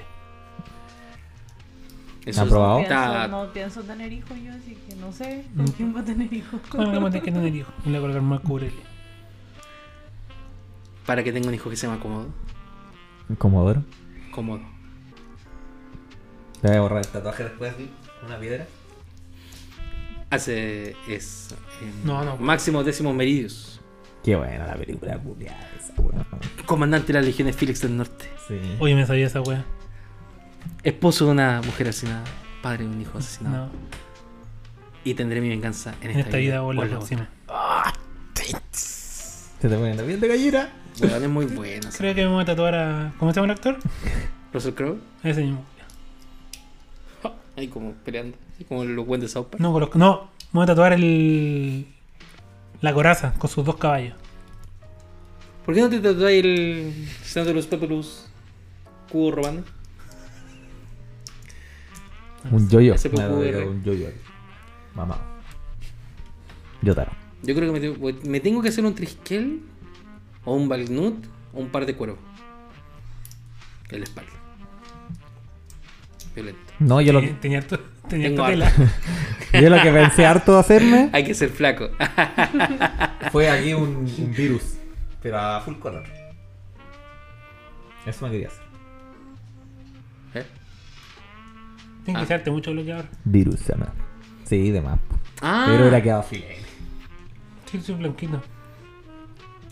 Eso ¿Aprobado? está- Pienso, no pienso tener hijos yo, así que no sé con quién va a tener hijos. Bueno, le mandé que tener hijo. Y le colocar más cubrele. Para que tenga un hijo que se llama cómodo. Comodoro. Cómodo. Te voy a borrar el tatuaje después, ¿sí? Una piedra. Hace. es. em, No, pues. no. Máximo décimo meridius. Qué buena la película, culiada esa, weón. Comandante de las legiones Félix del Norte. Sí. Oye, me sabía esa wea. Esposo de una mujer asesinada. Padre de un hijo asesinado. No. Y tendré mi venganza en, En esta vida o en la o en la próxima. Se te ponen la piel de gallina. otra. Weón, es muy bueno. Creo que me voy a tatuar a. ¿Cómo se llama el actor? Russell Crowe. A ese mismo. Ahí como peleando. Así como los buenos de South Park. No, con los- no, me voy a tatuar el. La coraza con sus dos caballos. ¿Por qué no te tatuáis el Senatorus Populus cubo robando? Un yoyo. Ese Me Goku doy R. Un yoyo. Mamá. Yotaro. Yo creo que me, tengo- voy- me tengo que hacer un trisquel o un balnut o un par de cueros. En la espalda. Violento. No, yo lo, Tenía, tenía, harto- tenía Tengo harta tela. harto. yo lo que pensé harto de hacerme Hay que ser flaco. fue aquí un, un virus. Pero a full color. Eso me quería hacer. ¿Eh? Tienes que echarte mucho bloqueador. Virus, se llama. Sí, de más. po. Ah, Pero hubiera quedado filete. Sí, soy blanquito.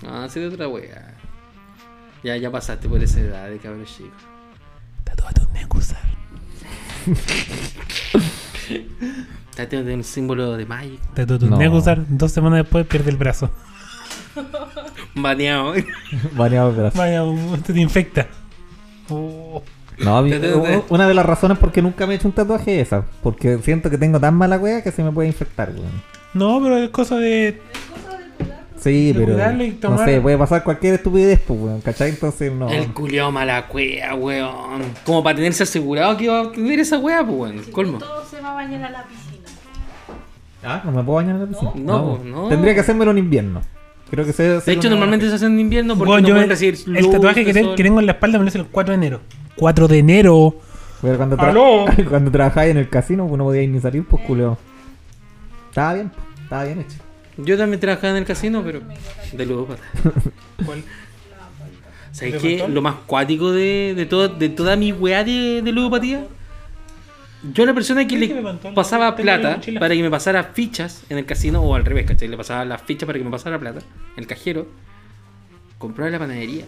ah, sí, de otra wea. Ya, ya pasaste por esa edad de cabrón chico. Tatuate un Nekusar. Ya tengo un símbolo de Magic. Tatuate un No. Nekusar. Dos semanas después pierde el brazo. Baneado. Baneado el brazo. Vaya, un- te infecta. Oh. No, mi- Te- te- te- una de las razones por qué nunca me he hecho un tatuaje es esa. Porque siento que tengo tan mala wea que se me puede infectar, weón. No, pero es cosa de. Sí, De pero. cuidarlo y No tomar- sé, puede pasar cualquier estupidez, pues, weón. ¿Cachai? Entonces, no. El culiao mala cuea, weón. Como para tenerse asegurado que iba a tener esa wea, pues, weón. El colmo. Todo se va a bañar a la piscina. Ah, no me puedo bañar en la piscina. No, no. Tendría que hacérmelo en invierno. Creo que se. De hecho, normalmente se hacen en invierno porque Bueno, no yo pueden me- recibir el luz tatuaje de que, te- sol. que tengo en la espalda me lo hice el 4 de enero. 4 de enero. Pero cuando, tra- ¡Aló! cuando trabajáis en el casino, pues no podíais ni salir, pues, culeo. Estaba bien, pues, estaba bien hecho. Yo también trabajaba en el casino, pero de ludópata. ¿Cuál? ¿Sabes ¿De qué? cartón? Lo más cuático de, de, todo, de toda mi weá de, de ludopatía. Yo, la persona que ¿Crees que le me levantó? pasaba Tengo la plata mochila. para que me pasara fichas en el casino, o al revés, ¿cachai? Le pasaba las fichas para que me pasara plata, el cajero, compraba en la panadería.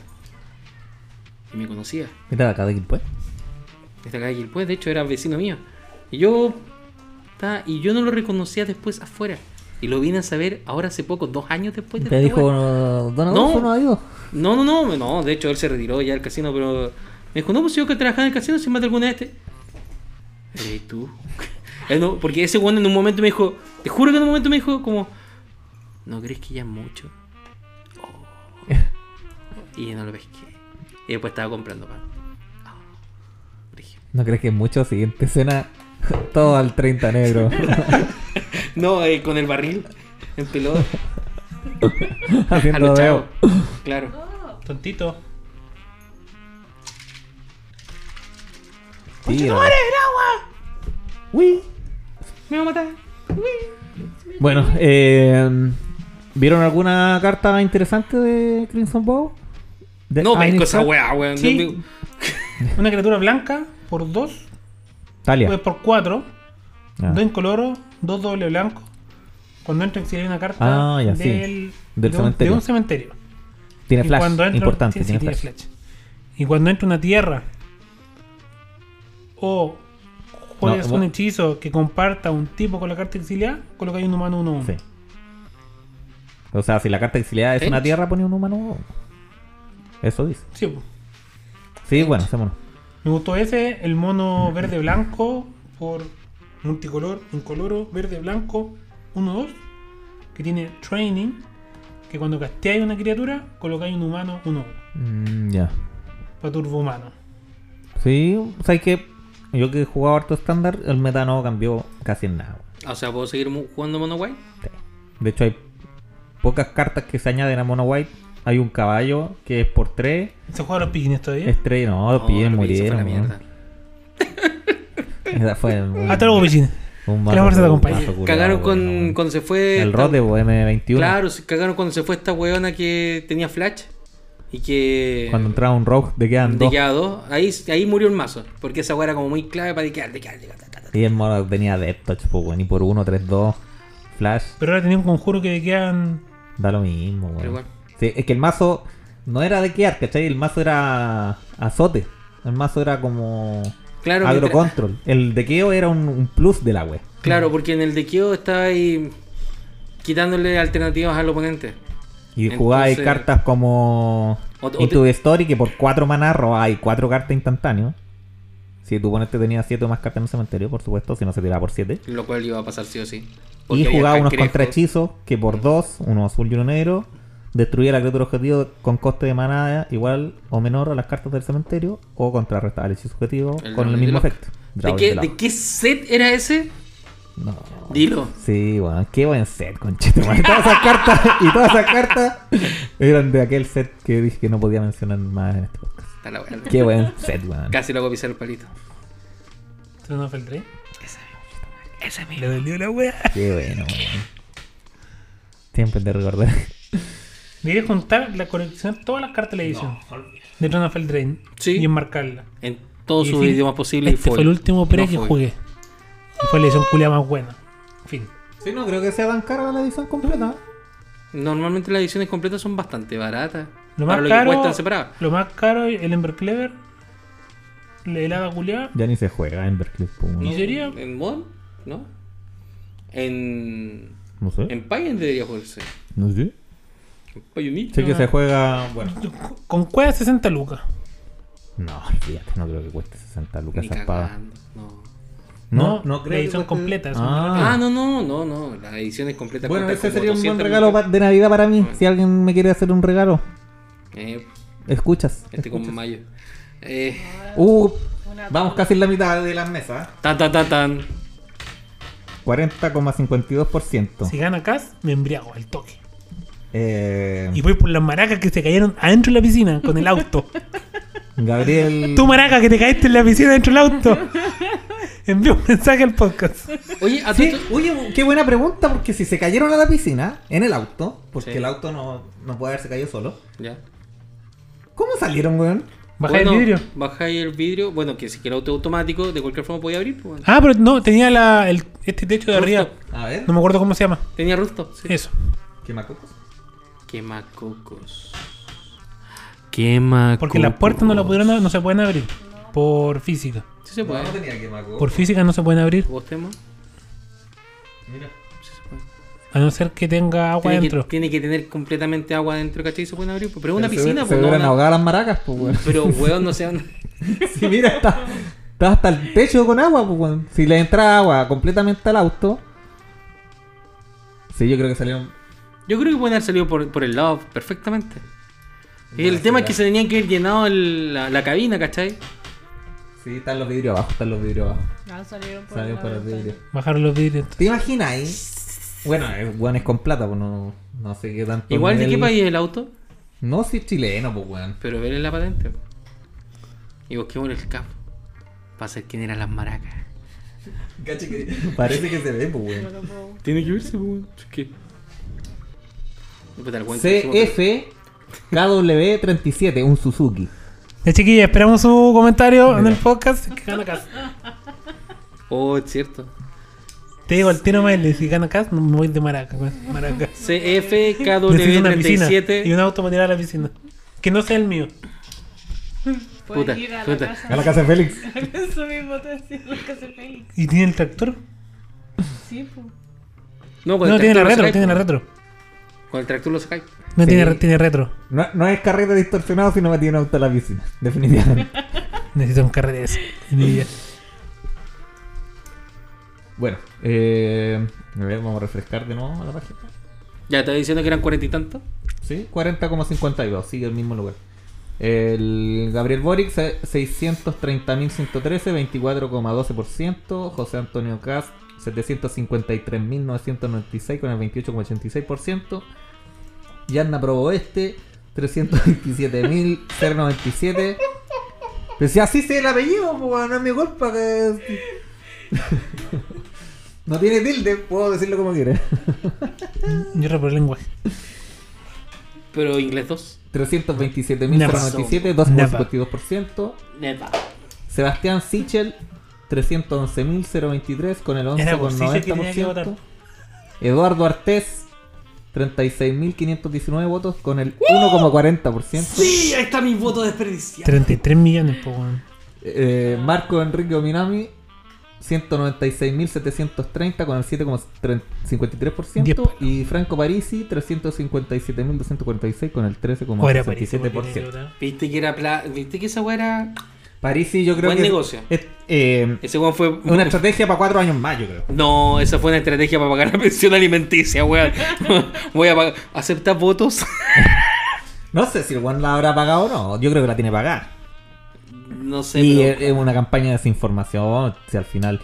Y me conocía. Mira acá de aquí, pues. Desde acá de Quilpué, de hecho era vecino mío. Y yo. ta, y yo no lo reconocía después afuera. Y lo vine a saber ahora hace poco, dos años después de Te esta dijo, wea. Don Adolfo, Adolfo, no, no, adiós. No, no, no, no. De hecho él se retiró ya del casino, pero. Me dijo, no, pues yo que trabajaba en el casino, si mata alguna de este. ¿Y tú? Eh, no, porque ese weón en un momento me dijo, te juro que en un momento me dijo como. ¿No crees que ya es mucho? Oh. Y yo no lo pesqué. Y después estaba comprando pan. Oh. Brígido. ¿No crees que es mucho? Siguiente escena, todo al 30 negro. No, eh, con el barril en pelota. A haciendo lo chavo. dedo. Claro. Tontito. Sí, la- Uy. Me va a matar. Bueno, eh, ¿vieron alguna carta interesante de Crimson Bow? De No Iron pesco esa Fist? weá, weón. Sí. No me- Una criatura blanca por 2, Talia. pues por 4. Ah. Dos incoloro, dos doble blanco. Cuando entra exhibe una carta Ah, ya, sí. del, Del de un- cementerio. de un cementerio. Tiene Y flash. cuando entra- Importante, sí, sí, tiene tiene flash. flash. Y cuando entra una tierra o juegas No, un vos- hechizo que comparta un tipo con la carta exiliada, coloca ahí un humano uno a uno. Sí. O sea, si la carta exiliada es ¿Eh? una tierra, pone un humano. Eso dice. Sí, po. Sí, bueno, hacémonos. me gustó ese, el mono verde blanco por multicolor, incoloro, verde blanco, 1, 2, que tiene training, que cuando casteáis una criatura, colocáis un humano 1, 1, Mm, ya. para turbo humano. Sí, o sea, es que yo que he jugado harto estándar, el meta no cambió casi en nada. weón. O sea, ¿puedo seguir mu- jugando Mono White? De hecho, hay pocas cartas que se añaden a Mono White. Hay un caballo que es por 3. ¿Se juega los piquines todavía? Es 3, no, los No, piden lo que hice Oh, murieron. fue la mierda. weón. Esa fue un- Hasta Ah, luego, piscina. un Que la fuerza te acompañe. mazo curado, Cagaron Ah, weón, con, weón. cuando se fue. El esta- rod de M21. Claro, se cagaron cuando se fue esta weona que tenía Flash y que. Cuando entraba un rogue, te quedan de dos. que a dos, ahí, ahí murió el mazo. Porque esa weá era como muy clave para de quedar, de quedar, de quedar, ta, ta, ta. Y el mono tenía Death Touch, pues, weón. Y por 1, 3, 2, Flash. Pero ahora tenía un conjuro que quedan. Da lo mismo, weón. Pero igual. Sí, es que el mazo no era de quear, ¿cachai? El mazo era azote. El mazo era como Claro, agro mientras- control. El dequeo era un, un plus de la web. Claro, porque en el dequeo estaba ahí quitándole alternativas al oponente. Y jugabais Entonces- cartas como O- o te- Into the Story, que por 4 maná robáis 4 cartas instantáneas. Si tu oponente tenía 7 más cartas en el cementerio, por supuesto, si no se tiraba por 7. Lo cual iba a pasar sí o sí. Y Porque había jugaba unos cangrejos. contrahechizos que por 2, uno azul y uno negro, destruía la criatura objetivo con coste de maná igual o menor a las cartas del cementerio o contrarrestaba el hechizo objetivo El con el Dragon's mismo Dilemma. efecto. ¿De Dragon's qué, Dilemma. ¿De qué set era ese? No. Dilo. Sí, bueno, qué buen set, conchito. Y todas esas cartas, y todas esas cartas eran de aquel set que dije que no podía mencionar más en este podcast. Está la weá. Qué buen set, weón. Casi lo hago pisar el palito. ¿Tron of el Rey? Esa misma. Le dolió la wea. Qué bueno, weón. Siempre te recordar. Debería juntar la colección, todas las cartas de la edición de Tron of el Rey Sí. y enmarcarla. En todos Y sus sí, idiomas posibles. y Este fue el foil. último pre No que foil. jugué. Y fue la edición culia más buena. Fin. Sí, no creo que sea tan cara la edición completa. Normalmente las ediciones completas son bastante baratas. Lo más para lo que caro. cuestan separadas. Lo más caro, el Ember Clever, la helada culia. Ya ni se juega en Berkeley, pues, ¿Y sería? ¿En Modern? ¿No? En. No sé. En Payen debería jugarse. No sé. En Pioneer. Sé que se juega. Bueno. Con cueva 60 lucas. No, olvídate, no creo que cueste 60 lucas Ni esa espada. cagando. No. No, la que edición cueste- completa, es un Ah, Ah, no, no, no, no. Las ediciones completas Bueno, cuestan ese como sería un buen 200 regalo lucas. pa- de Navidad para mí. Si alguien me quiere hacer un regalo, Eh, escuchas. este con mayo. Eh, Uh, Una- vamos casi en la mitad de las mesas. tan, tan, tan, tan. 40,52%. Si gana Cas, me embriago al toque. Eh, Y voy por las maracas que se cayeron adentro de la piscina con el auto. Gabriel. Tú, maraca, que te caíste en la piscina dentro del auto. Envío un mensaje al podcast. Oye, a Sí, todo esto- oye, qué buena pregunta, porque si se cayeron a la piscina, en el auto, porque Sí. el auto no, no puede haberse caído solo, Ya. ¿cómo salieron, weón? Baja Bueno, el vidrio. Bajáis el vidrio. Bueno, que si que el auto automático, de cualquier forma podía abrir. pues, bueno. Ah, pero no, tenía la, el- este techo de arriba. Rooftop. A ver, No me acuerdo cómo se llama. Tenía rooftop. Sí. Eso. quemacocos. Quemacocos. Quemacocos. Porque las puertas no, la pudieron, no se pueden abrir. Por física. Sí se No, puede. no tenía quemacocos. Por física no se pueden abrir. ¿Vos tema? Mira. Sí se puede. A no ser que tenga agua Tiene que, adentro. tiene que tener completamente agua adentro, ¿cachai? Y Se pueden abrir. pues, Pero es una Se- piscina, Se, pues, no hubieran una- ahogado las maracas, pues, weón. Pero, weón, no sean. Sí, mira, está, está hasta el techo con agua, pues, weón. Si le entra agua completamente al auto. Sí, yo creo que salieron. Yo creo que pueden haber salido por, por el lado perfectamente. Y el tema es que se tenían que haber llenado el- la, la cabina, ¿cachai? Sí, están los vidrios abajo, están los vidrios abajo. Ah, salieron por Salieron la por los ventana. vidrios. Bajar los vidrios. ¿Te imaginas ahí? Bueno, el weón es con plata, pues no, no sé qué tanto. Igual, ¿de qué nivel- país es el auto? No, si es chileno, pues, weón. Pero ver en la patente. po. Y busquemos el CAF. Para saber quién eran las maracas. Cacho que parece que se ve, pues, No weón. lo puedo- Tiene que pues, verse, weón. ¿Qué? Puta, el weón que decimos que- CF KW37, un Suzuki. Ya, chiquilla, esperamos su comentario en el podcast. Que gana Cas. Oh, es cierto. Te digo al tiro mail. Si gana Cas, no me voy de maraca. weón. Maraca. Necesito una piscina. Y CFKW37. un auto para tirar a la piscina. Que no sea el mío. Puedes Puta, ir a la puta. casa. A la casa de Félix. Eso mismo te decía, la casa de Félix. ¿Y tiene el tractor? Sí, pues. No, con No, el tiene la retro, tractor lo sacáis, tiene la po. retro. Con el tractor lo sacáis. No Sí. tiene, re- tiene retro. No, no es carrete distorsionado, sino me tiene auto a la piscina. Definitivamente. Necesito un carrete de ese en mi vida. Bueno, eh, a ver, vamos a refrescar de nuevo a la página. Ya te diciendo que eran cuarenta y tantos. Sí, 40,52, sigue el mismo lugar. El Gabriel Boric, se- 630.113, 24,12%. José Antonio Cast, 753.996 con el 28,86%. Yanna Probo Este, 327.097. Pero si así se el apellido, pues, no es mi culpa que... No tiene tilde, puedo decirlo como quiera. Yo reprobé el lenguaje. Pero inglés 2. 327.097, Nada. 2,52%. Neta. Sebastián Sichel, 311.023 con el Era por Sichel que tenía que 11,90%. votar. Eduardo Artés, 36.519 votos con el 1,40%. Sí, ahí está mi voto desperdiciado. 33 millones, po, weón. Eh, Marco Enrique Ominami, 196.730 con el 7,53%. Diez. Y Franco Parisi, 357.246 con el O era París, porque tenía que 13,67%. votar. Viste que era pla- Viste que esa weá era. Parisi, yo creo Buen que. negocio. es- eh, Ese weón fue. una estrategia para cuatro años más, yo creo. No, esa fue una estrategia para pagar la pensión alimenticia, weón. Voy a pagar. ¿Aceptas votos? No sé si el One la habrá pagado o no. Yo creo que la tiene pagada. No sé, y pero- es, es una campaña de desinformación. Si al final.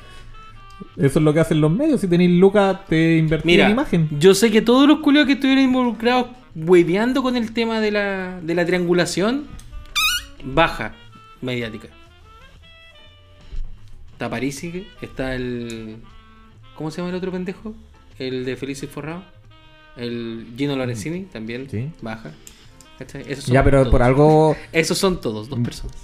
Eso es lo que hacen los medios. Si tenéis lucas, te invertís Mira, en imagen. yo sé que todos los culiados que estuvieron involucrados hueveando con el tema de la, de la triangulación, baja mediática. Está Parisi, está el. ¿Cómo se llama el otro pendejo? El de Felices Forrado. El Gino Lorenzini también Mm, Sí. baja. ¿Cachai? Esos son Ya, pero todos. por algo. Esos son todos, dos personas.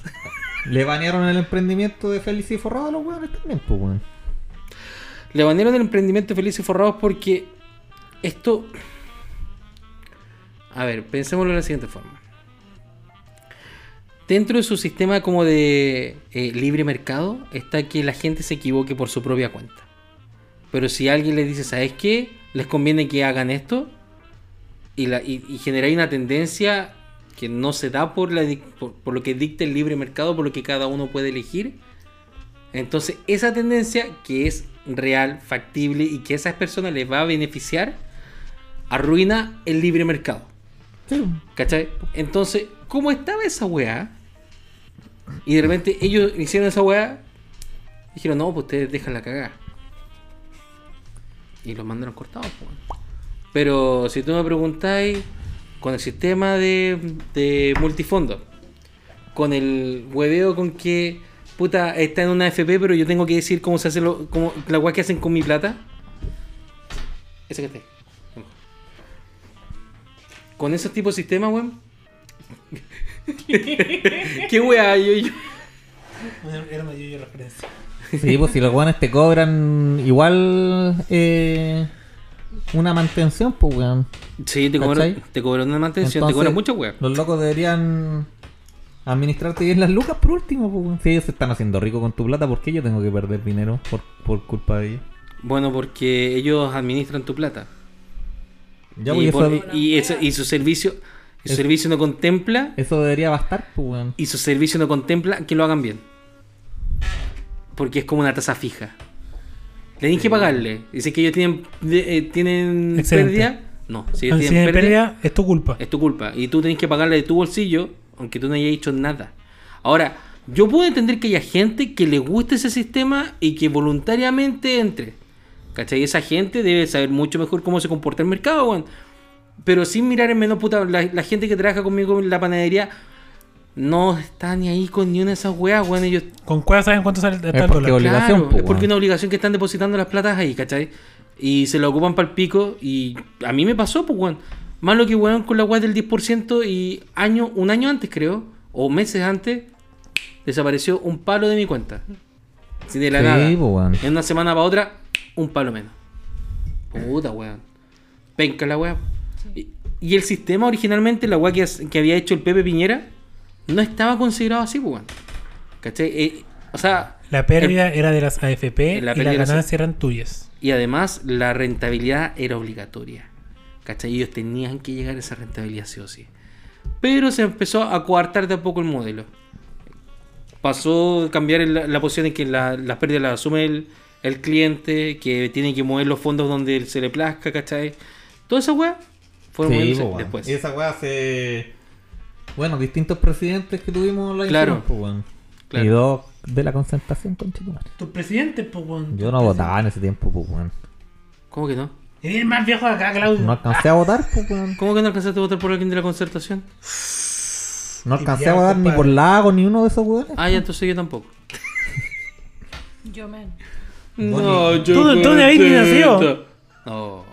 Le banearon el emprendimiento de Feliz y Forrado a los weones también, pues, weón. Le banearon el emprendimiento Felices Forrados porque esto. A ver, pensémoslo de la siguiente forma. Dentro de su sistema como de eh, libre mercado está que la gente se equivoque por su propia cuenta. Pero si alguien les dice, ¿sabes qué? Les conviene que hagan esto y, la, y, y generáis una tendencia que no se da por, la, dic- por, por lo que dicta el libre mercado, por lo que cada uno puede elegir. Entonces, esa tendencia que es real, factible y que a esas personas les va a beneficiar, arruina el libre mercado. ¿Cachai? Entonces, ¿cómo estaba esa weá? Y de repente ellos hicieron esa weá. Dijeron, no, pues ustedes dejan la cagada. Y los mandaron cortados, pues, weón. Pero si tú me preguntáis, con el sistema de, de multifondo, con el hueveo con que, puta, está en una FP, pero yo tengo que decir cómo se hace lo, cómo, la weá que hacen con mi plata. Esa que está ahí. Con esos tipos de sistemas, weón. ¿Qué weá? Yo, yo- Bueno, Era una yo referencia. Sí, pues si los weones te cobran igual. Eh, una mantención, pues, weón. Sí, te cobran, ¿Cachai? te cobran una mantención, te Entonces, cobran mucho, weón. Los locos deberían administrarte bien las lucas por último. po, weón. Si ellos se están haciendo ricos con tu plata, ¿por qué yo tengo que perder dinero por, por culpa de ellos? Bueno, porque ellos administran tu plata. Ya, y, pues, por- eso, y ese- y su servicio, y su Es- servicio no contempla, eso debería bastar, pues, weón. y su servicio no contempla que lo hagan bien. Porque es como una tasa fija. Le tienes que pagarle. Dice que ellos tienen, de- eh, tienen Excelente. pérdida. No, si ellos Si tienen tiene pérdida pérdida, es tu culpa. Es tu culpa. Y tú tenés que pagarle de tu bolsillo, aunque tú no hayas hecho nada. Ahora, yo puedo entender que haya gente que le guste ese sistema y que voluntariamente entre. ¿Cachai? Esa gente debe saber mucho mejor cómo se comporta el mercado, weón. Pero sin mirar en menos puta, la, la gente que trabaja conmigo en la panadería no está ni ahí con ni una de esas weas, weón. Ellos ¿Con cuál saben cuánto sale está Es el porque dólar? obliga- obligación, Claro, po, es porque weón. una obligación que están depositando las platas ahí, ¿cachai? Y se la ocupan para el pico y a mí me pasó, pues, weón. Malo que weón con la weá del 10% y año, un año antes, creo, o meses antes, desapareció un palo de mi cuenta. Sin de la Sí, nada. po, weón. En una semana para otra, un palo menos. Puta, weón. Penca la weá. Y, y el sistema originalmente, la weá que, as- que había hecho el Pepe Piñera, no estaba considerado así, pues, weón. ¿Cachai? Eh, o sea, La pérdida era de las AFP Eh, la y pérdida las era- ganancias eran tuyas. Y además la rentabilidad era obligatoria. ¿Cachai? Ellos tenían que llegar a esa rentabilidad sí o sí. Pero se empezó a coartar de a poco el modelo. Pasó a cambiar el- la, posición en que la- las pérdidas las asume el, el cliente, que tiene que mover los fondos donde se le plazca, ¿cachai? Toda esa weá fueron Sí, moviéndose po, weón. después. Y esa weá se. Bueno, distintos presidentes que tuvimos la Claro. hicieron, po, weón. Claro. Y dos de la concentración, conchetumare. Tus presidentes, pues, weón. Yo no votaba en ese tiempo, pues, weón. ¿Cómo que no? Eres el más viejo de acá, Claudio. No alcancé a votar, pues, weón. ¿Cómo que no alcanzaste a votar por alguien de la concertación? No alcancé a ya, votar ni compadre. por Lago ni uno de esos weones. Ah, ya entonces yo tampoco. Yo menos. No, yo. Tú- tú ni habías ni contento. nacido. No.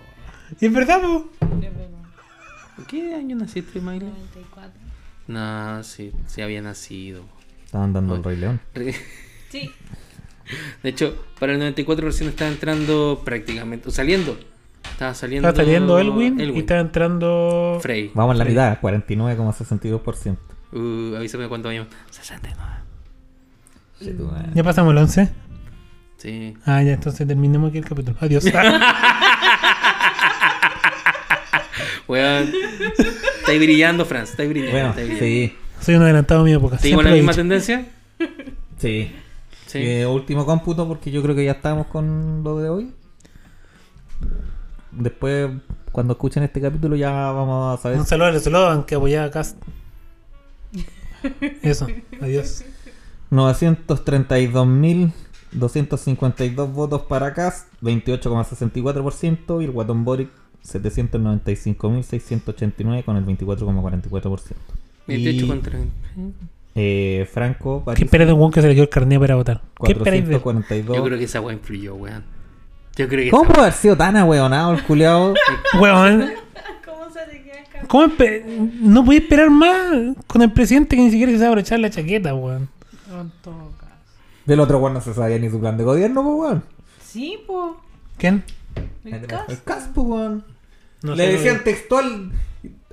¿Y en verdad, po? Yo menos. ¿Qué año naciste, Mayra? 94. No, sí, sí había nacido. Estaban dando el Rey León. Re- Sí. De hecho, para el 94 recién estaba entrando prácticamente, o saliendo. Estaba saliendo. Está saliendo Elwin, y está entrando. Frey. Vamos en la mitad, 49,62%. Uh, avísame cuánto años. 69. Sí, tú, Mm. eh. weón. Ya pasamos el 11. Sí. Ah, ya, entonces terminemos aquí el capítulo. Adiós. Weón. Estáis brillando, Franz. Estáis brillando. Bueno, estáis brillando. sí, Soy un adelantado de mi época. siempre ¿Seguimos la lo he misma dicho. tendencia? sí. Sí. Eh, último cómputo porque yo creo que ya estábamos con lo de hoy. Después, cuando escuchen este capítulo, ya vamos a saber. Un saludo al eslogan que apoyaba a Cast. Eso, adiós. 932.252 votos para Cast, 28,64% y el Guatón Boric 795.689 con el 24,44%. 28 Y, contra. eh, Franco, ¿Qué París, esperas de un weón que se le quedó el carnet para votar? ¿Qué esperáis de él? 442. Yo creo que esa weá influyó, weón. Yo creo que ¿Cómo esa puede haber sido tan ahueonado el culiao? Weón, ¿Cómo se te queda escapando? ¿cómo espe- no podía esperar más con el presidente que ni siquiera se sabe abrochar la chaqueta, weón? En todo caso. Del otro weón no se sabía ni su plan de gobierno, pues weón. Sí, po. ¿Quién? El caso. El caspo, weón. No Le sé, decían textual,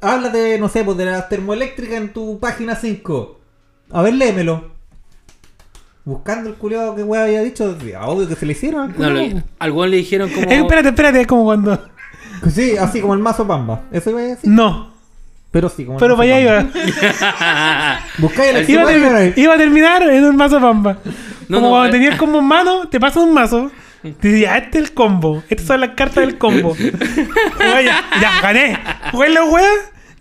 habla de, no sé, pues de la termoeléctrica en tu página 5. A ver, léemelo. Buscando el culiado que weón había dicho, decía, obvio que se le hicieron al No, culiao. lo- al weón le dijeron como. Eh, espérate, espérate, es como cuando. Sí, así como el mazo pamba. Eso iba a decir. No, Pero sí, como el pero mazo para allá Pamba. iba. Buscáis el Iba a, equipo, termi- weón. iba a terminar en un mazo pampa. No, como no, cuando eh. Mm. tenías como en mano, te pasas un mazo. Te decía, "Ah, este es el combo. Estas son las cartas del combo. Jugué ya, ya, gané. Jugué la wea.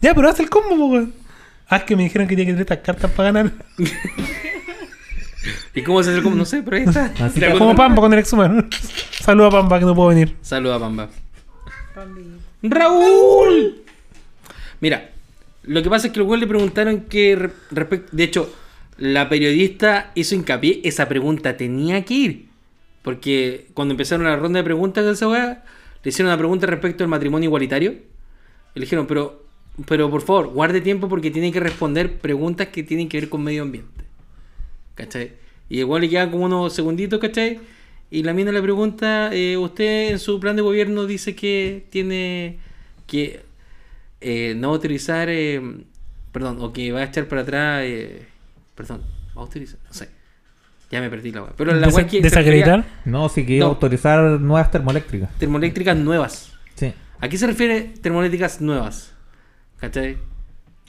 Ya, pero haz el combo, po, weón. Ah, es que me dijeron que tenía que tener estas cartas para ganar. ¿Y cómo se hace el como? No sé, pero ahí está. Así Te la Como contaron. Pampa con el exhumano. Saluda a Pampa que no puedo venir. Saluda, Pamba. Bambi. ¡Raúl! Mira, lo que pasa es que el weón le preguntaron que re- respect- De hecho, la periodista hizo hincapié, esa pregunta tenía que ir. Porque cuando empezaron la ronda de preguntas de esa weá, le hicieron una pregunta respecto al matrimonio igualitario. Y Le dijeron, pero, pero por favor, guarde tiempo porque tiene que responder preguntas que tienen que ver con medio ambiente. ¿Cachai? Y igual le quedan como unos segunditos, ¿cachai? Y la mina le pregunta, eh, usted en su plan de gobierno dice que tiene que eh, no utilizar, eh, perdón, o que va a echar para atrás, eh, perdón, va a utilizar, no sé. Ya me perdí la weá. Pero la weá Desa- es que se ¿Desacreditar? refería No, sí que iba a No. autorizar nuevas termoeléctricas. a Termoeléctricas nuevas. Sí. ¿A qué se refiere termoeléctricas nuevas? ¿Cachai?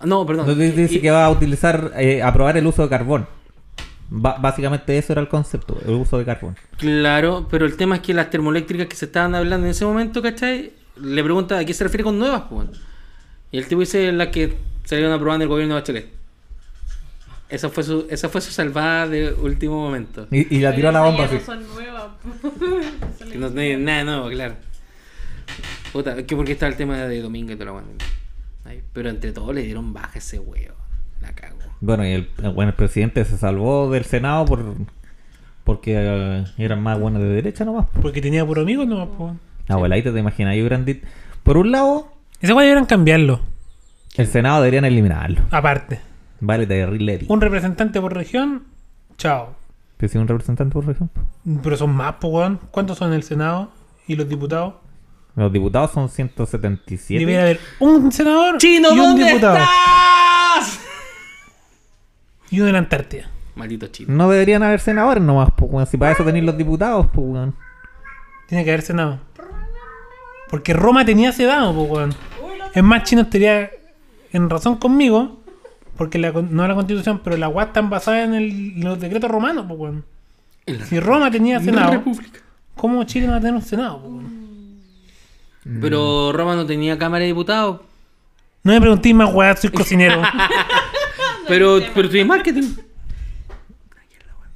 Ah, No, perdón. No, di- dice Y- que va a utilizar, eh, aprobar el uso de carbón. Ba- básicamente eso era el concepto, el uso de carbón. Claro, pero el tema es que las termoeléctricas que se estaban hablando en ese momento, ¿cachai? Le pregunta a qué se refiere con nuevas, pues. Y el tipo dice las que salieron aprobando el gobierno de Bachelet. Esa fue su, esa fue su salvada de último momento. Y, y la tiró a la Pero bomba esas ya así. No son nuevas, po. Son Que no tiene nada nuevo, claro. Puta, es que porque está el tema de domingo y todo lo bueno. Ay, Pero entre todos le dieron baja a ese huevo. La cago. Bueno, y el, bueno, el presidente se salvó del Senado por porque eh, eran más buenos de derecha nomás. Porque tenía puro amigo nomás, po, weón. Abuelita, te imaginas, yo grandit. Por un lado, Ese weón deberían cambiarlo. el Senado deberían eliminarlo. Aparte. Vale, terrible. Un representante por región, chao. Que sea un representante, por ejemplo. Pero son más, po, weón. ¿Cuántos son en el Senado y los diputados? Los diputados son 177. Debería haber un senador ¡Chino, y un ¿dónde diputado. estás? Y uno en la Antártida. Maldito chino. No deberían haber senadores nomás, pues, weón. Si para eso tenéis los diputados, pues, weón. Tiene que haber senado. Porque Roma tenía sedado, po, weón. Es más, Chino estaría en razón conmigo. Porque la, con- no la constitución, pero la guas están basada en, el- en los decretos romanos, po, weón. En la Si Roma tenía senado, República. ¿Cómo Chile no va a tener un Senado? po, weón? Pero Roma no tenía Cámara de Diputados. No me preguntéis más, weá, soy cocinero. Pero, pero tú marketing.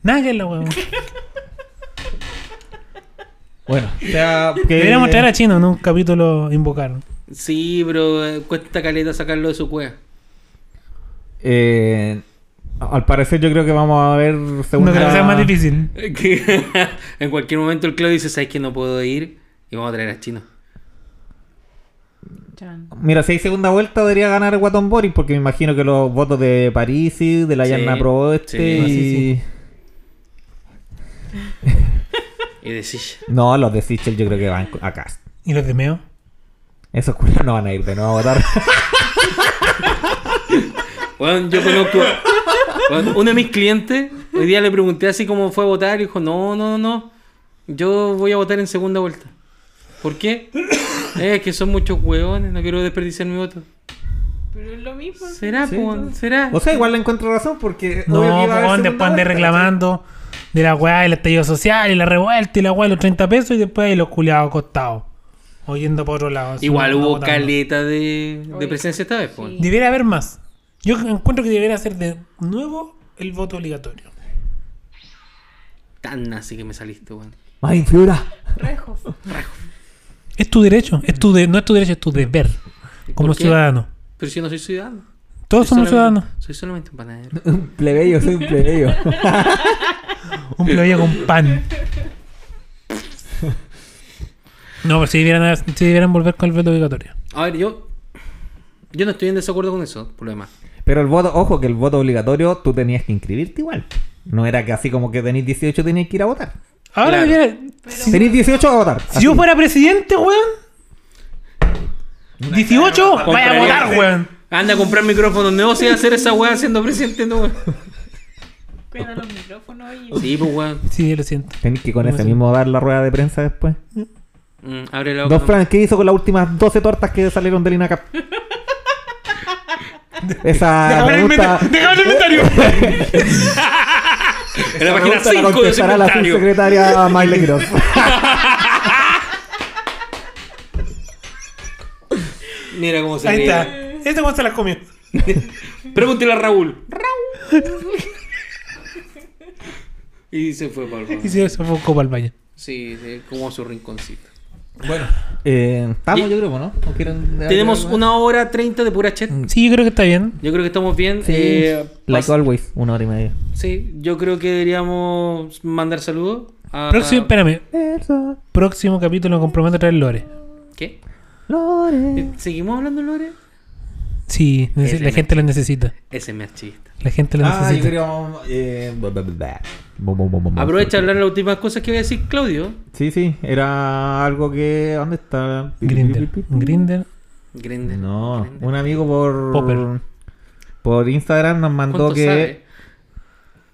Nada que es la weón. Bueno, o sea, que- eh, Deberíamos traer a Chino en un capítulo invocar. Sí, pero eh, cuesta caleta sacarlo de su cueva. Eh, al parecer yo creo que vamos a ver No segunda... creo que sea más difícil. Que en cualquier momento el Claudio dice, ¿sabes que no puedo ir? Y vamos a traer a Chino. Chan. Mira, si hay segunda vuelta debería ganar Guatón Boris porque me imagino que los votos de París y de la Sí, Yarna Proboste sí. Ah, y... sí, Y decís, No, los de Sichel yo creo que van a cast. ¿Y los de Meo? Esos culos no van a ir de nuevo a votar. bueno, yo conozco... Weón, uno de mis clientes, hoy día le pregunté así cómo fue a votar y dijo, no, no, no, yo voy a votar en segunda vuelta. ¿Por qué? Es que son muchos hueones, no quiero desperdiciar mi voto. Pero es lo mismo. ¿Será, Sí. po, weón? ¿Será? o sea, igual le encuentro razón porque... No, pues, obvio que iba a haber weón, segunda después andé vuelta, reclamando de la weá, el estallido social y la revuelta y la weá, los 30 pesos y después ahí los culiados acostados. Oyendo por otro lado. así, Igual no hubo votando. caleta de, de Oye, presencia esta vez, pues. po, sí. weón. Debería haber más. Yo encuentro que debería ser de nuevo el voto obligatorio. Tan así que me saliste, weón. ¿cachai? Más influra. Rejos. Es tu derecho, es tu de- no es tu derecho, es tu deber como ¿Por qué? ciudadano. Pero si yo no soy ciudadano. Todos Soy somos solamente- ciudadanos. Soy solamente un panadero. Un plebeyo, soy un plebeyo. Un platillo con pan. No, pero si debieran, si debieran volver con el voto obligatorio. A ver, yo. Yo no estoy en desacuerdo con eso, por lo demás. Pero el voto, ojo, que el voto obligatorio tú tenías que inscribirte igual. No era que así como que tenéis 18 tenías que ir a votar. Ahora Claro. debiera- Tenéis 18 a votar. Si yo fuera presidente, weón. 18, vaya a Compraría- votar, weón. Anda a comprar micrófonos nuevos y hacer esa weá siendo presidente, no weón. Cuida los micrófonos y. Sí, pues weón. Sí, lo siento. Tenéis que con No ese sé. mismo dar la rueda de prensa después. Mm, abre la Don Fran, ¿qué hizo con las últimas 12 tortas que salieron del INACAP? Ah, Esa pregunta, el inventario. En la esa página pregunta la 5 de ese contestará la comentario. subsecretaria Maile Quiroz. Mira cómo se Ahí ríe. está. Este weón se las comió. Pregúntele a Raúl. Raúl. y se fue para el Y baño. se se fue un copo al baño. Sí, sí, como a su rinconcito. Eh, estamos, Y- yo creo, ¿no? ¿O quieren- Tenemos una hora treinta de pura chat. Sí, yo creo que está bien. Yo creo que estamos bien. Sí, Eh, like pas- always, una hora y media. sí, yo creo que deberíamos mandar saludos a. Próximo, espérame. Eso, Próximo capítulo me comprometo a traer Lore. ¿Qué? Eh, Lore. ¿Seguimos hablando, Lore? Sí, nece- Ese la me- gente lo necesita. Ese es mi archivista. La gente lo Ah, yo necesita. creo... eh, bla, bla, bla, bla. Aprovecha de hablar las últimas cosas que voy a decir, Claudio. Sí, sí, era algo que... ¿Dónde está? Grinder. Grinder. Grindr. No, Grindr. un amigo por... Popper. Por Instagram nos mandó ¿Cuánto que... sabe?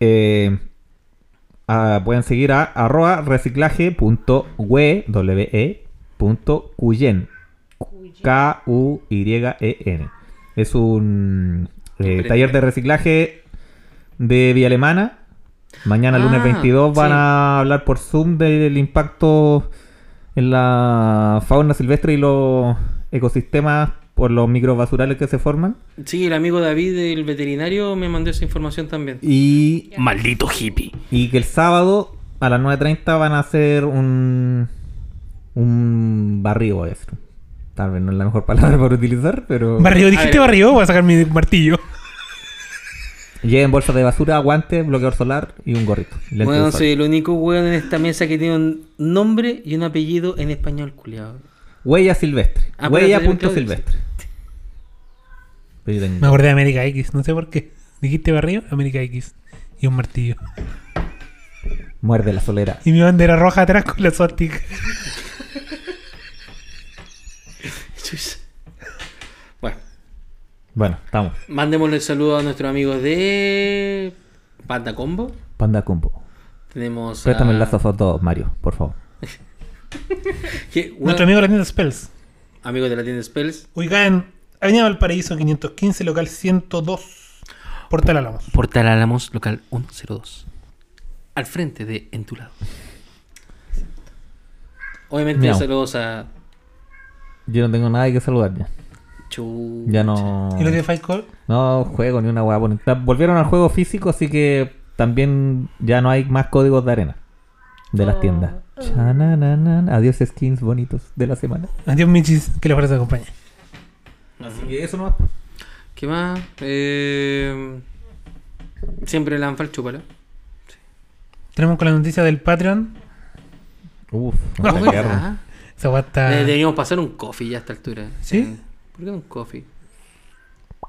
Eh, ah, pueden seguir a arroba reciclaje.we, w e, punto Cuyen. K-U-Y-E-N. E Es un eh, Emprende. taller de reciclaje de Vía Alemana. Mañana, lunes Ah, 22, van sí. a hablar por Zoom del impacto en la fauna silvestre y los ecosistemas por los microbasurales que se forman. Sí, el amigo David, el veterinario, me mandó esa información también. Y Maldito hippie. Y que el sábado a las 9.30 van a hacer un. Un barrido esto. Tal vez no es la mejor palabra para utilizar, pero. Barrio, A dijiste ver. barrio, voy a sacar mi martillo. Lleven bolsas de basura, guantes, bloqueador solar y un gorrito. Y lentes Bueno, de sol. soy el único weón en esta mesa que tiene un nombre y un apellido en español, culiado. Huella silvestre. Ah, pero Huella tenemos punto que- silvestre. Pero yo tengo- Me acordé de América X, no sé por qué. Dijiste barrio, América X. Y un martillo. Muerde la solera. Y mi bandera roja atrás con la suástica. Bueno, Bueno, estamos. mandémosle saludos a nuestros amigos de Panda Combo. Panda Cumpo. Tenemos. a- Préstame el lazo foto, Mario, por favor. ¿Qué? Weón, Nuestro amigo de la tienda Spells. amigo de la tienda Spells. Ubicada en Avenida Valparaíso 515, local 102. Portal Alamos. Portal Álamos, local 102. Al frente de En tu lado. Obviamente, Miau. saludos a. Yo no tengo nada que saludar ya. Chu. Ya no. ¿Y lo que Fight Call? No juego ni una hueá. por entrar. Volvieron al juego físico, así que también ya no hay más códigos de arena de Ah. las Oh. tiendas. Chanananan. Adiós skins bonitos de la semana. Adiós, Michis, que la fuerza acompaña. Así que eso nomás. pues. ¿Qué más? Eh, siempre el Anfal, chúpalo. Tenemos con la noticia del Patreon. Uf, No, me Ah, ¿verdad? Esa weá está. Ah. Eh, deberíamos pasar un coffee ya a esta altura. ¿Sí? Eh, ¿Por qué no un coffee?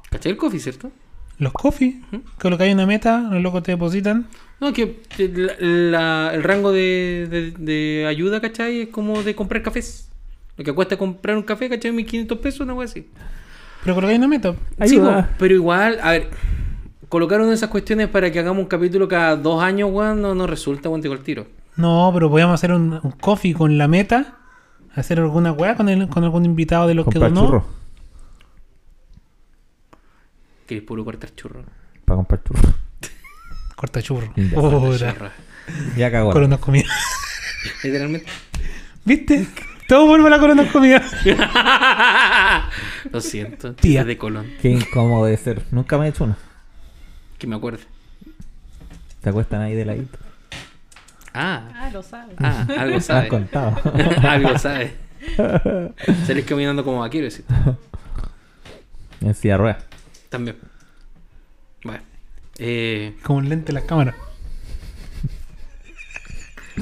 ¿Cachai el coffee, cierto? Los coffee. Colocáis una meta, los locos te depositan. No, que eh, la- la- el rango de, de- de ayuda, ¿cachai? Es como de comprar cafés. Lo que cuesta comprar un café, ¿cachai? 1500 pesos, una cosa así. Pero colocáis una meta. Sí, Ayuda. po, pero igual, a ver, colocar una de esas cuestiones para que hagamos un capítulo cada dos años, weón, no, no resulta, weón, te digo el tiro. No, pero podíamos hacer un, un coffee con la meta. Hacer alguna weá con, el- con algún invitado de los Comprar que donó. churros. Que es puro cortar churro. Para comprar churros. Corta churro. Ya. Ahora. Churra. Ya cagó. Colonoscopia. Literalmente. ¿Viste? Todo vuelve a la colonoscopia. Lo siento. Tía. Es de Colón. Qué incómodo de ser. Nunca me he hecho una. Que me acuerde. Te acuestan ahí de ladito. Ah, Ah, lo sabes. ah, algo Me has sabe. contado. algo sabe. Salís caminando como vaquero, sí. en silla de ruedas. También. Bueno. Eh, Como un lente en la cámara.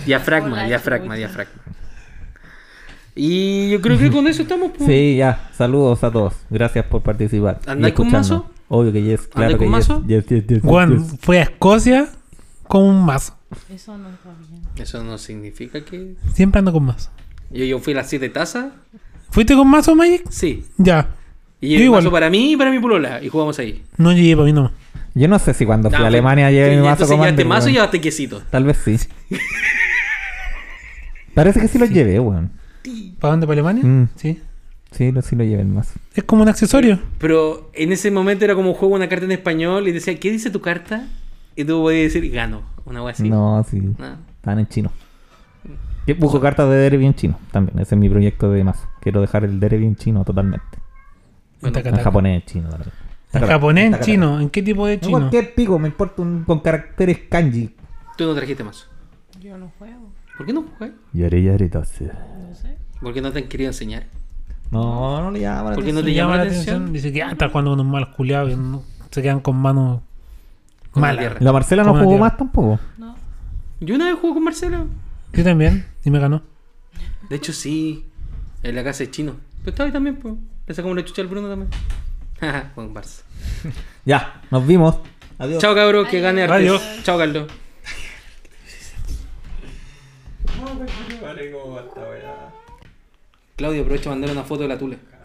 diafragma, Hola, diafragma, chucha. diafragma. Y yo creo que con eso estamos. pues. Sí, ya. Saludos a todos. Gracias por participar. ¿Andáis y con escucharnos. mazo? Obvio que yes. Claro ¿Andáis que con mazo? yes. Yes, yes, yes, Juan yes. fue a Escocia con un mazo. Eso no está bien. Eso no significa que. Siempre ando con mazo. Yo, yo fui a las 7 tazas. ¿Fuiste con mazo, Magic? Sí. Ya. Y Yo el igual. mazo para mí y para mi polola. Y jugamos ahí. No llegué para mí nomás. Yo no sé si cuando fui Ah, a Alemania fue- llevé sí, mi mazo Entonces llevaste commander. mazo y weón. llevaste quesito. Tal vez sí. Parece que sí lo llevé, weón. ¿Para dónde? ¿Para Alemania? Mm. Sí. Sí, lo, sí lo llevé el mazo. Es como un accesorio. Pero en ese momento era como juego una carta en español y decía, ¿qué dice tu carta? Y tú podías decir, gano. Una wea así. No, sí. Ah. Estaban en chino. Yo busco cartas de Derby en chino también. Ese es mi proyecto de mazo. Quiero dejar el Derby en chino totalmente. Bueno, Taca, En taca. japonés en chino también. En japonés, en chino. ¿En qué tipo de No chino? cualquier pico, me importa un con caracteres kanji. Tú no trajiste mazo. Yo no juego, ¿Por qué no jugáis? Yare yare doce. no sé. ¿Por qué no te han querido enseñar? No, no le llama la ¿Por qué no Me te llama la atención? Dice que ah, está jugando unos malos culiados que no- se quedan con manos Con la malas. tierra. La Marcela no Como la jugó tierra. más tampoco. No. Yo una vez jugué con Marcelo. Yo también. Y me ganó. De hecho, sí. En la casa de chino. Tú estabas ahí también, pues. Le sacamos la chucha al Bruno también. Jaja, Juan Barça. Ya, nos vimos. Adiós. Chao, cabros. Que gane Artes. Adiós. Chao, Carlos. Vale, como basta, weá. Claudio, aprovecha a mandar una foto de la tula.